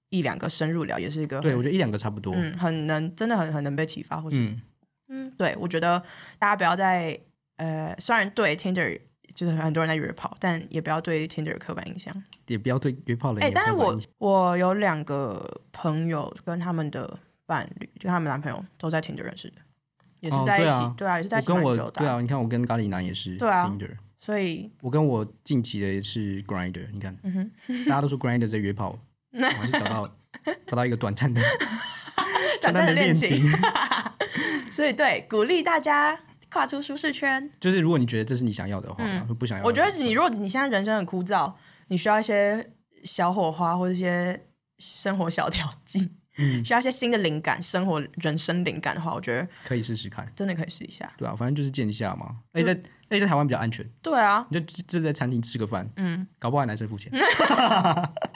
B: 一两个深入聊也是一个
A: 对，
B: 很
A: 我觉得一两个差不多。
B: 嗯，很能真的很很能被启发，或者
A: 嗯
B: 嗯，对，我觉得大家不要再呃，虽然对 Tinder 就是很多人在约炮，但也不要对 Tinder 有刻板印象。
A: 也不要对约炮人
B: 哎、
A: 有
B: 但是
A: 刻板
B: 我
A: 印象
B: 我有两个朋友跟他们的伴侣，就他们男朋友都在 Tinder 认识的，也是
A: 哦
B: 在一起，
A: 对啊
B: 对啊，也是在一
A: 我
B: 起
A: 跟
B: 蛮
A: 我
B: 久的
A: 对
B: 啊、
A: 啊，你看我跟咖喱男也是
B: 对啊
A: Tinder，
B: 所以
A: 我跟我近期的也是 Grinder，你看，
B: [LAUGHS] 嗯哼，
A: 大家都说 Grinder 在约炮，我还是找
B: [LAUGHS]
A: 到找到一个短暂的 [LAUGHS]
B: 短暂的
A: 恋
B: 恋情，所以对，鼓励大家跨出舒适圈。
A: 就是如果你觉得这是你想要的话，然后不想要的
B: 嗯我
A: 话，
B: 觉得你如果你现在人生很枯燥，你需要一些小火花或者一些生活小调剂，
A: 嗯
B: [LAUGHS] 需要一些新的灵感，生活人生灵感的话，我觉得
A: 可以试试看，
B: 真的可以试一下。
A: 对啊，反正就是见一下嘛。
B: 嗯
A: 而且在而且在台湾比较安全，
B: 对啊，
A: 你就就在餐厅吃个饭，
B: 嗯，
A: 搞不好还男生付
B: [LAUGHS]
A: 钱， [LAUGHS]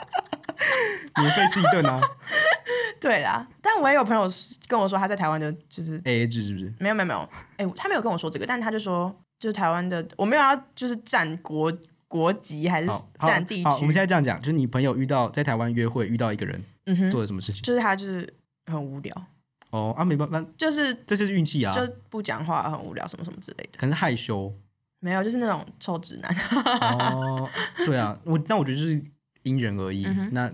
A: 免费吃一顿啊 [LAUGHS]
B: 对啦。但我也有朋友跟我说，他在台湾的，就是
A: ，AA 制是不是？
B: 没有没有没有，哎、他没有跟我说这个，但他就说，就是台湾的，我没有要就是占国国籍还是
A: 好，好
B: 占地区，
A: 好，我们现在这样讲，就是你朋友遇到在台湾约会遇到一个人
B: 嗯哼，
A: 做了什么事情？
B: 就是他就是很无聊，
A: 哦啊，没办法，
B: 就是
A: 这就是运气啊，
B: 就不讲话，很无聊，什么什么之类的。
A: 可能是害羞
B: 没有，就是那种臭直男。 [LAUGHS]
A: 哦。对啊，我那我觉得就是因人而异。
B: 嗯哼
A: 那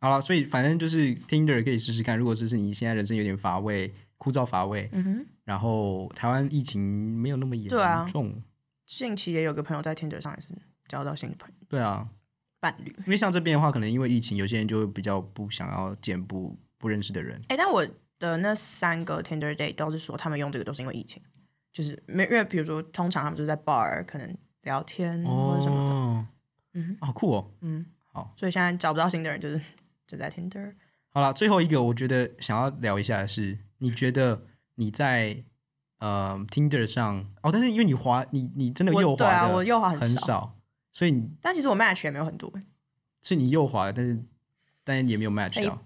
A: 好了，所以反正就是 Tinder 可以试试看，如果只是你现在人生有点乏味、枯燥乏味，
B: 嗯哼。
A: 然后台湾疫情没有那么严
B: 对啊
A: 重，
B: 近期也有个朋友在天 i 上也是交到新的朋友
A: 对啊，
B: 伴侣，
A: 因为像这边的话，可能因为疫情，有些人就会比较不想要见不不认识的人。
B: 哎、但我的那三个 Tinder day 都是说他们用这个都是因为疫情，就是没因为比如说通常他们就是在 bar 可能聊天嗯或者什么的，
A: 哦，
B: 嗯
A: 好酷哦！
B: 嗯，
A: 好，
B: 所以现在找不到新的人就是就在 Tinder。
A: 好了，最后一个我觉得想要聊一下的是，你觉得你在呃 Tinder 上哦，但是因为你滑你你真的
B: 我
A: 右滑
B: 对啊
A: 的
B: 我右滑很
A: 很
B: 少
A: 所以你
B: 但其实我 match 也没有很多，
A: 所以你右滑了，但是但也没有 match
B: 哎
A: 到、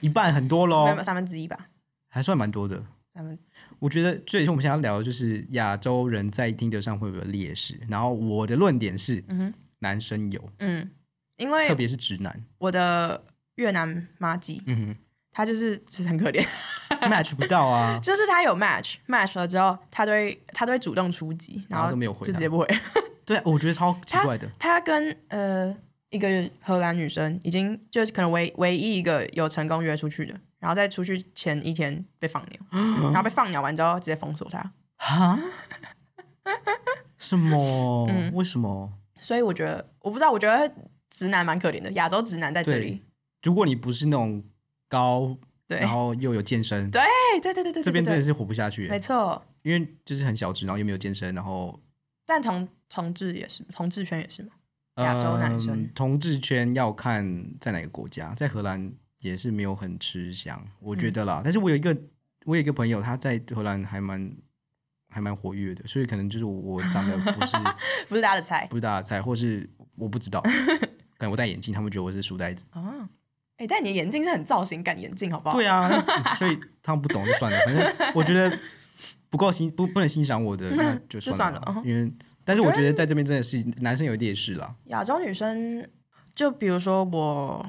A: 一半，很多
B: 没
A: 喽
B: 有没有，三分之一吧，
A: 还算蛮多的。
B: 三分
A: 我觉得最终我们想要聊的就是亚洲人在 Tinder 上会有劣势，然后我的论点是
B: 嗯哼
A: 男生有，
B: 嗯，因
A: 特
B: 为
A: 别是直男，
B: 我的越南妈鸡，
A: 嗯
B: 她就是就是很可怜， [LAUGHS]
A: 哼，match 不到啊，
B: 就是她有 match match 了之后，她都会她都会主动出击，
A: 然后
B: 后
A: 都没有回
B: 就
A: 她
B: 直接不回。
A: 对啊，我觉得超奇怪的。
B: 她跟呃一个荷兰女生已经就是可能唯唯一一个有成功约出去的，然后在出去前一天被放鸟，
A: 嗯
B: 然后被放鸟完之后直接封锁她。 [LAUGHS]
A: 哈？什么？
B: 嗯
A: 为什么？
B: 所以我觉得我不知道，我觉得直男蛮可怜的，亚洲直男在这
A: 对
B: 里，
A: 如果你不是那种高，
B: 对
A: 然后又有健身，
B: 对哎对对对对，
A: 这边
B: 对
A: 真的
B: 对
A: 是活不下去
B: 没
A: 耶，
B: 错。
A: 因为就是很小只，然后又没有健身，然后
B: 但同同志也是，同志圈也是嘛。亚洲男生
A: 嗯同志圈要看在哪个国家，在荷兰也是没有很吃香，我觉
B: 嗯
A: 得啦。但是我有一个，我有一个朋友，他在荷兰还蛮还蛮活跃的，所以可能就是我我长得不是 [LAUGHS]
B: 不是大家的菜
A: 不是大家的菜，或是我不知
B: [LAUGHS]
A: 道，可能我戴眼镜，他们觉得我是书呆子。
B: 啊。哎、但你的眼镜是很造型感眼镜，好不好？
A: 对啊， [LAUGHS] 所以他们不懂就算了，反正我觉得不够欣 [LAUGHS] 不不能欣赏我的，那就
B: 就
A: 算了吧，
B: 算了嗯
A: 因为但是我觉得在这边真的是男生有劣势啦，
B: 亚洲女生，就比如说我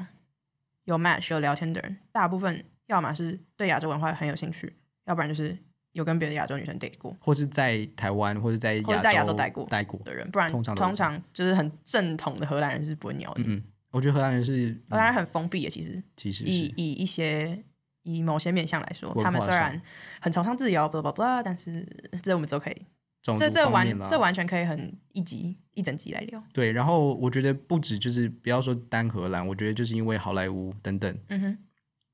B: 有 match 有聊天的人，大部分要么是对亚洲文化很有兴趣，要不然就是有跟别的亚洲女生 date 过
A: 或是在台湾或者在
B: 或者在亚
A: 洲
B: 洲待过
A: 待过，
B: 的人，不然
A: 通
B: 通
A: 常
B: 常
A: 都是
B: 就是很正统的荷兰人是不会鸟你。
A: 嗯嗯，我觉得荷兰人是
B: 荷兰人很封闭的，其实
A: 其实
B: 以
A: 是
B: 以一些以某些面向来说
A: 文，
B: 他们
A: 化
B: 虽
A: 上
B: 然很崇尚自由，blah blah blah，但是这我们都可以，
A: 种
B: 这
A: 族
B: 这
A: 方
B: 完
A: 面啦
B: 这完全可以很一集一整集来聊。
A: 对，然后我觉得不止就是不要说单荷兰，我觉得就是因为好莱坞等等
B: 嗯哼，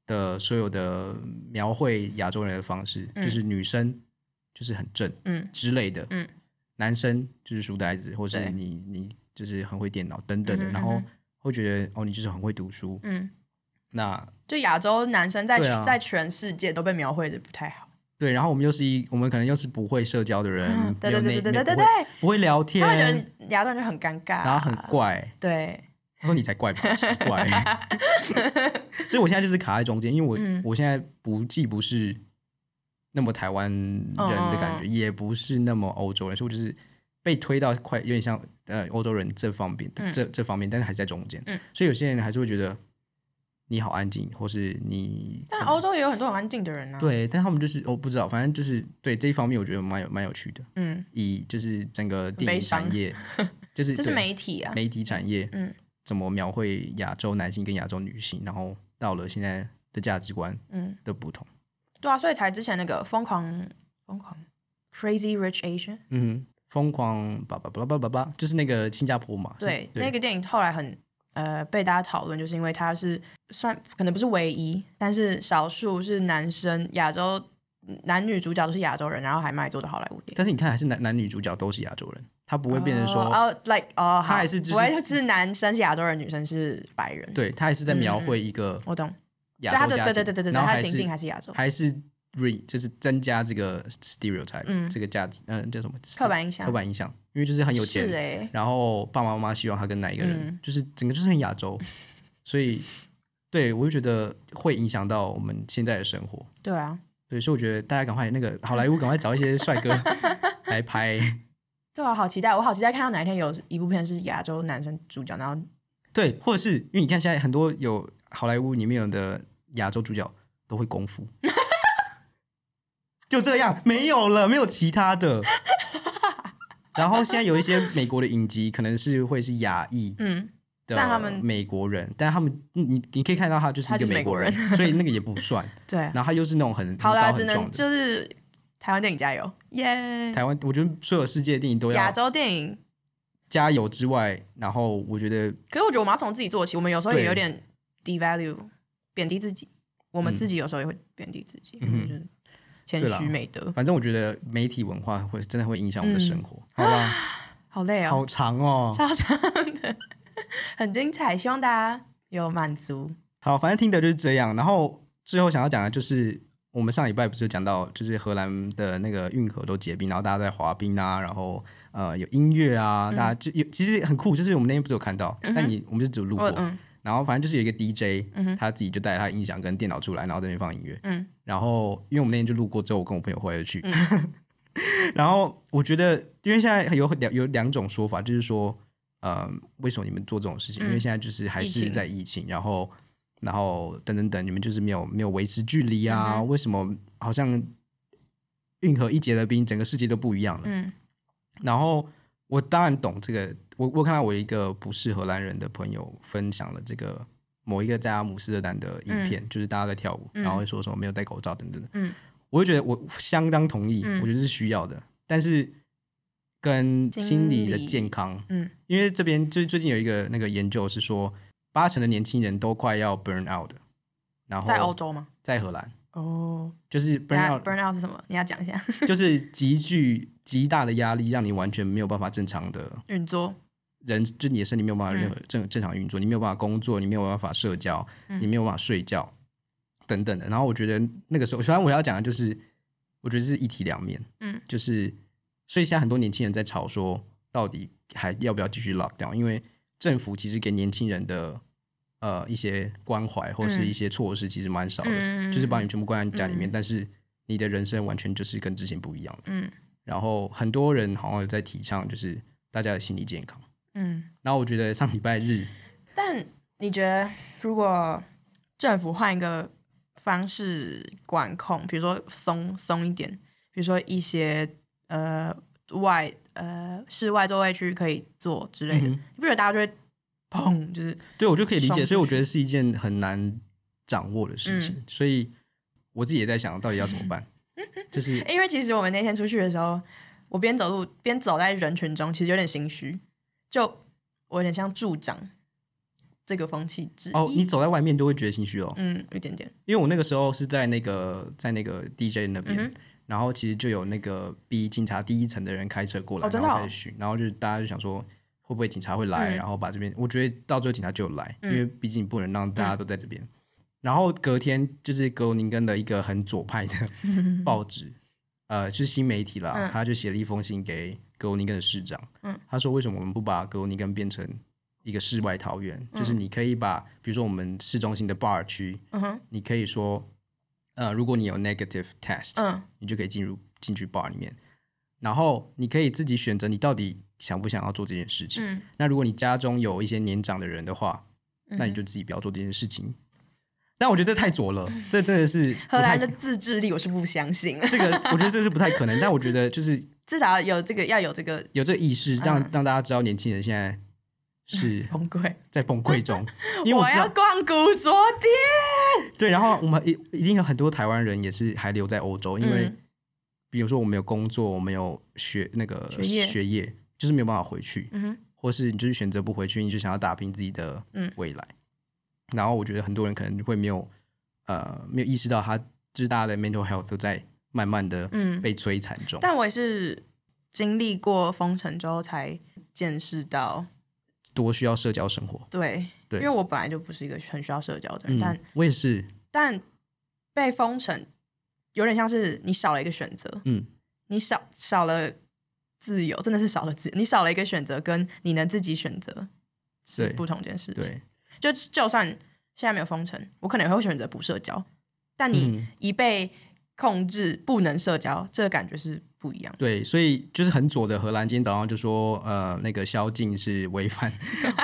A: 的所有的描绘亚洲人的方式，
B: 嗯
A: 就是女生就是很正，
B: 嗯
A: 之类的，
B: 嗯，
A: 男生就是书呆子，或是
B: 对
A: 你你就是很会电脑等等的，
B: 嗯哼
A: 然后
B: 嗯
A: 会觉得哦你就是很会读书，
B: 嗯，
A: 那
B: 就亚洲男生在、
A: 对啊
B: 在全世界都被描绘的不太好，
A: 对，然后我们又是一我们可能又是不会社交的人，
B: 嗯对
A: 没有
B: 对
A: 内
B: 对对
A: 没有
B: 对对
A: 不
B: 对
A: 会，不会聊
B: 他会觉
A: 天，
B: 得亚洲人就很尴尬，啊
A: 然后很，怪，
B: 对，
A: 他说你才怪
B: [LAUGHS]
A: 吧，奇怪，所以我现在就是卡在中间，因为我、
B: 嗯
A: 我现在不既不是那么台湾人的感觉，
B: 嗯嗯
A: 也不是那么欧洲人，所以我就是被推到快有点像呃欧洲人这方面、
B: 嗯
A: 这这方面，但是还是在中间，
B: 嗯
A: 所以有些人还是会觉得你好安静，或是你
B: 但欧洲也有很多很安静的人啊，，
A: 对，但他们就是我、不知道，反正就是对这一方面我觉得蛮有蛮有趣的，
B: 嗯，
A: 以就是整个电
B: 悲
A: 影
B: 伤
A: 产业，就是
B: 这是
A: 对
B: 媒体啊，
A: 媒体产业，
B: 嗯
A: 怎么描绘亚洲男性跟亚洲女性，然后到了现在的价值观
B: 嗯，
A: 的不同。
B: 对啊，所以才之前那个疯狂疯狂 Crazy Rich Asian，
A: 嗯哼，疯狂叭叭叭叭叭叭，就是那个新加坡嘛。是
B: 对，那
A: 对
B: 个电影后来很呃被大家讨论，就是因为它是算可能不是唯一，但是少数是男生亚洲嗯男女主角都是亚洲人，然后还卖座的好莱坞电影。
A: 但是你看，还是男男女主角都是亚洲人，他不会变成说，
B: 哦、哦 like 哦，
A: 他还
B: 好
A: 是就是
B: 不会是男生是亚洲人，女生是白人。，
A: 对他还是在描绘一个
B: 嗯我懂。对
A: 亚
B: 他
A: 洲
B: 的
A: 家庭，
B: 对对对对对，
A: 然后
B: 他
A: 还
B: 的情境
A: 是
B: 还是亚洲，
A: 还是 re 就是增加这个 stereotype，、
B: 嗯
A: 这个价值，嗯、叫什么？
B: 刻板印象
A: 刻板印象，因为就是很有钱，
B: 是哎，
A: 然后爸爸妈妈希望他跟哪一个人，
B: 嗯
A: 就是整个就是很亚洲，所以对我就觉得会影响到我们现在的生活。
B: 对啊，
A: 对，所以我觉得大家赶快那个好莱坞赶快找一些帅哥来拍。
B: 对啊，好期待，我好期待看到哪一天有一部片是亚洲男生主角，然后嗯
A: 对，或者是因为你看现在很多有好莱坞里面有的亚洲主角都会功夫，就这样没有了，没有其他的。然后现在有一些美国的影集，可能是会是亚裔，
B: 嗯，
A: 的
B: 但他们
A: 美国人，但他们你你你可以看到他就是一
B: 他
A: 个
B: 就是
A: 美
B: 美国
A: 人，所以那个也不算。
B: 对啊，
A: 然后他又是那种很
B: 好啦，
A: 很高
B: 只
A: 很
B: 能
A: 重的
B: 就是台湾电影加油，耶！
A: 台湾，我觉得所有世界电影都
B: 亚
A: 要
B: 洲电影，
A: 加油之外，然后我觉得
B: 可是我觉得我们要从自己做起，我们有时候
A: 对
B: 也有点 devalue 贬低自己，我们自己有时候也会贬低自己，
A: 嗯
B: 就是谦
A: 对啦
B: 虚美德，
A: 反正我觉得媒体文化会真的会影响我们的生活，
B: 嗯
A: 好
B: [LAUGHS]
A: 吧？
B: 好累哦，
A: 好长
B: [LAUGHS]
A: 哦。
B: 超长的，很精彩，希望大家有满足。
A: 好，反正听的就是这样。然后最后想要讲的就是，我们上礼拜不是讲到，就是荷兰的那个运河都结冰，然后大家在滑冰啊，然后呃有音乐啊，大家就有其实很酷，就是我们那天不是有看到，但你我们就只有路
B: 嗯我
A: 过。
B: 嗯
A: 然后反正就是有一个 DJ，、
B: 嗯哼
A: 他自己就带着他的音响跟电脑出来，然后在那边放音乐。
B: 嗯
A: 然后因为我们那天就路过之后，我跟我朋友回来就去。
B: 嗯
A: [LAUGHS] 然后我觉得，因为现在有两有两种说法，就是说，呃，为什么你们做这种事情？
B: 嗯
A: 因为现在就是还
B: 疫
A: 是
B: 情
A: 在疫情，然后然后等等等，你们就是没有没有维持距离啊？
B: 嗯
A: 为什么好像运河一结了冰，整个世界都不一样了？
B: 嗯
A: 然后我当然懂这个，我我看到我一个不是荷兰人的朋友分享了这个某一个在阿姆斯特丹的影片，就是大家在跳舞，
B: 嗯
A: 然后会说什么没有戴口罩等等的，
B: 嗯，
A: 我就觉得我相当同意，
B: 嗯
A: 我觉得是需要的，但是跟心理的
B: 心理
A: 健康，
B: 嗯，
A: 因为这边最最近有一个那个研究是说，八成的年轻人都快要 burn out，了然后
B: 在欧洲吗？
A: 在荷兰
B: 哦
A: 就是 burn out
B: burn out 是什么？你要讲一下
A: 就是极具极大的压力，让你完全没有办法正常的
B: [LAUGHS] 运作。
A: 人就你的身体没有办法任何正正常运作，你没有办法工作，你没有办法社交，
B: 嗯
A: 你没有办法睡觉等等的。然后我觉得那个时候，虽然我要讲的就是，我觉得是一体两面，
B: 嗯，
A: 就是所以现在很多年轻人在吵说，到底还要不要继续 lock down？因为政府其实给年轻人的呃一些关怀或是一些措施其实蛮少的，
B: 嗯
A: 就是把你全部关在家里面，但是你的人生完全就是跟之前不一样了。
B: 嗯
A: 然后很多人好像有在提倡就是大家的心理健康。
B: 嗯，
A: 然后我觉得上礼拜日，
B: 但你觉得如果政府换一个方式管控，比如说松松一点，比如说一些呃外呃室外座位区可以做之类的，
A: 嗯
B: 你不觉得大家就会砰就是
A: [LAUGHS] 对我就可以理
B: 爽
A: 解，
B: 出
A: 所以我觉得是一件很难掌握的事情，所以我自己也在想到底要怎么 [LAUGHS] 办，就是
B: [LAUGHS] 因为其实我们那天出去的时候，我边走路边走在人群中，其实有点心虚，就我有点像助长这个风气之一。
A: 哦，你走在外面就会觉得心虚哦，
B: 嗯，一点点，
A: 因为我那个时候是在那个在那个 DJ
B: 嗯
A: 那边。然后其实就有那个比警察第一层的人开车过来，
B: 哦真的
A: 然
B: 哦
A: 后开始巡，然后就大家就想说会不会警察会来，
B: 嗯
A: 然后把这边，我觉得到最后警察就有来，
B: 嗯
A: 因为毕竟不能让大家都在这边。然后隔天就是格罗宁根的一个很左
B: [LAUGHS]
A: 派的报纸，呃，就是新媒体啦，
B: 嗯
A: 他就写了一封信给格罗宁根的市长，
B: 嗯
A: 他说为什么我们不把格罗宁根变成一个世外桃源？就是你可以把，比如说我们市中心的 bar 区，
B: 嗯哼，
A: 你可以说，呃，如果你有 negative test，、
B: 嗯
A: 你就可以进入进去 bar 里面，然后你可以自己选择你到底想不想要做这件事情。
B: 嗯，
A: 那如果你家中有一些年长的人的话，那你就自己不要做这件事情。但我觉得这太左
B: [LAUGHS]
A: 了，这真的是不
B: 荷
A: 太
B: 兰的自制力我是不相信，
A: [LAUGHS] 这个，我觉得这是不太可能。但我觉得就是
B: 至少有这个要有这个
A: 有这个意识，让、
B: 嗯
A: 让大家知道年轻人现在是
B: [LAUGHS] 崩溃。
A: 在崩溃中， [LAUGHS] 因为我
B: 我
A: 知道
B: 要逛古着店，
A: 对，然后我们一一定有很多台湾人也是还留在欧洲，因为
B: 嗯
A: 比如说我们有工作，我们有学那个
B: 学业
A: 就是没有办法回去，
B: 嗯哼，
A: 或是你就是选择不回去，你就想要打拼自己的
B: 嗯
A: 未来。然后我觉得很多人可能会没有呃没有意识到他，就是大家的 mental health 都在慢慢的
B: 嗯
A: 被摧残中。
B: 但我也是经历过封城之后才见识到，
A: 多需要社交生活。
B: 对，
A: 对
B: 因为我本来就不是一个很需要社交的人，但
A: 嗯，我也是，
B: 但被封城有点像是你少了一个选择，
A: 嗯，
B: 你少少了自由，真的是少了自由，你少了一个选择，跟你能自己选择是
A: 对
B: 不同件事情。
A: 对，
B: 就就算现在没有封城，我可能也会选择不社交，但你
A: 嗯
B: 一被控制不能社交，这个感觉是不一样的。
A: 对，所以就是很左的荷兰，今天早上就说，呃，那个宵禁是违
B: [LAUGHS]
A: 反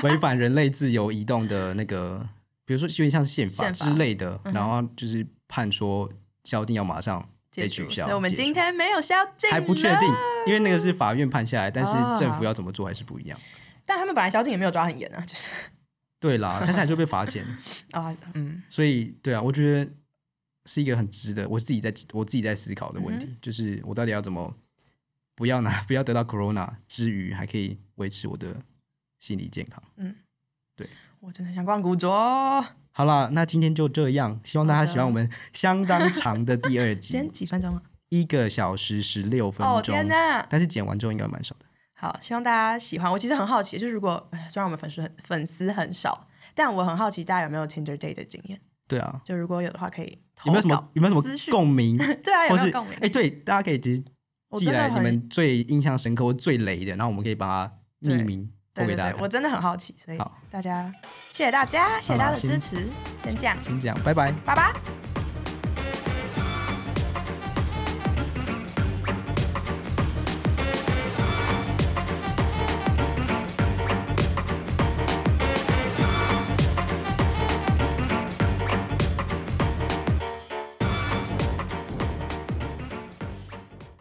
A: 违反人类自由移动的那个，比如说有点像是宪法
B: 宪法嗯
A: 之类的，然后就是判说宵禁要马上被取消。
B: 所以我们
A: 解除
B: 今天没有宵禁，
A: 还不确定，，因为那个是法院判下来，但是
B: 哦
A: 政府要怎么做还是不一样。
B: 但他们本来宵禁也没有抓很严啊，就是
A: 对啦，但是还是会被罚钱，
B: 啊，嗯
A: 所以对啊，我觉得是一个很值得我自己在我自己在思考的问
B: 嗯
A: 题，就是我到底要怎么不要拿 [LAUGHS] 不要得到 corona 之余，还可以维持我的心理健康。
B: 嗯，我真的想逛古着，
A: 好了，那今天就这样，希望大家
B: 好的
A: 喜欢我们相当长的第二
B: 今 [LAUGHS] 天
A: 集，
B: 几分钟了？啊
A: 一个小时十六分
B: 哦
A: 钟，
B: 天哪！
A: 但是剪完之后应该蛮少的。
B: 好，希望大家喜欢。我其实很好奇，就是如果哎虽然我们粉丝很粉丝很少，但我很好奇大家有没有 Tinder Day 的经验？
A: 对啊，
B: 就如果有的话，可以投
A: 有没有什
B: 稿
A: 么有没有
B: 私
A: 什么
B: 讯
A: 共
B: [LAUGHS]
A: 鸣，
B: 对啊，有
A: 或
B: 没
A: 是
B: 有共鸣？
A: 哎，对，大家可以直接
B: 我
A: 寄
B: 真的
A: 来你
B: 很
A: 们最印象深刻或最雷的，然后我们可以把它
B: 对
A: 匿名
B: 对
A: 播给
B: 对
A: 大家
B: 对，我
A: 看。
B: 真的很好奇，所以
A: 好
B: 大家谢谢大家，谢谢大家的支持，先这样，
A: 先这样，拜拜。
B: 拜拜。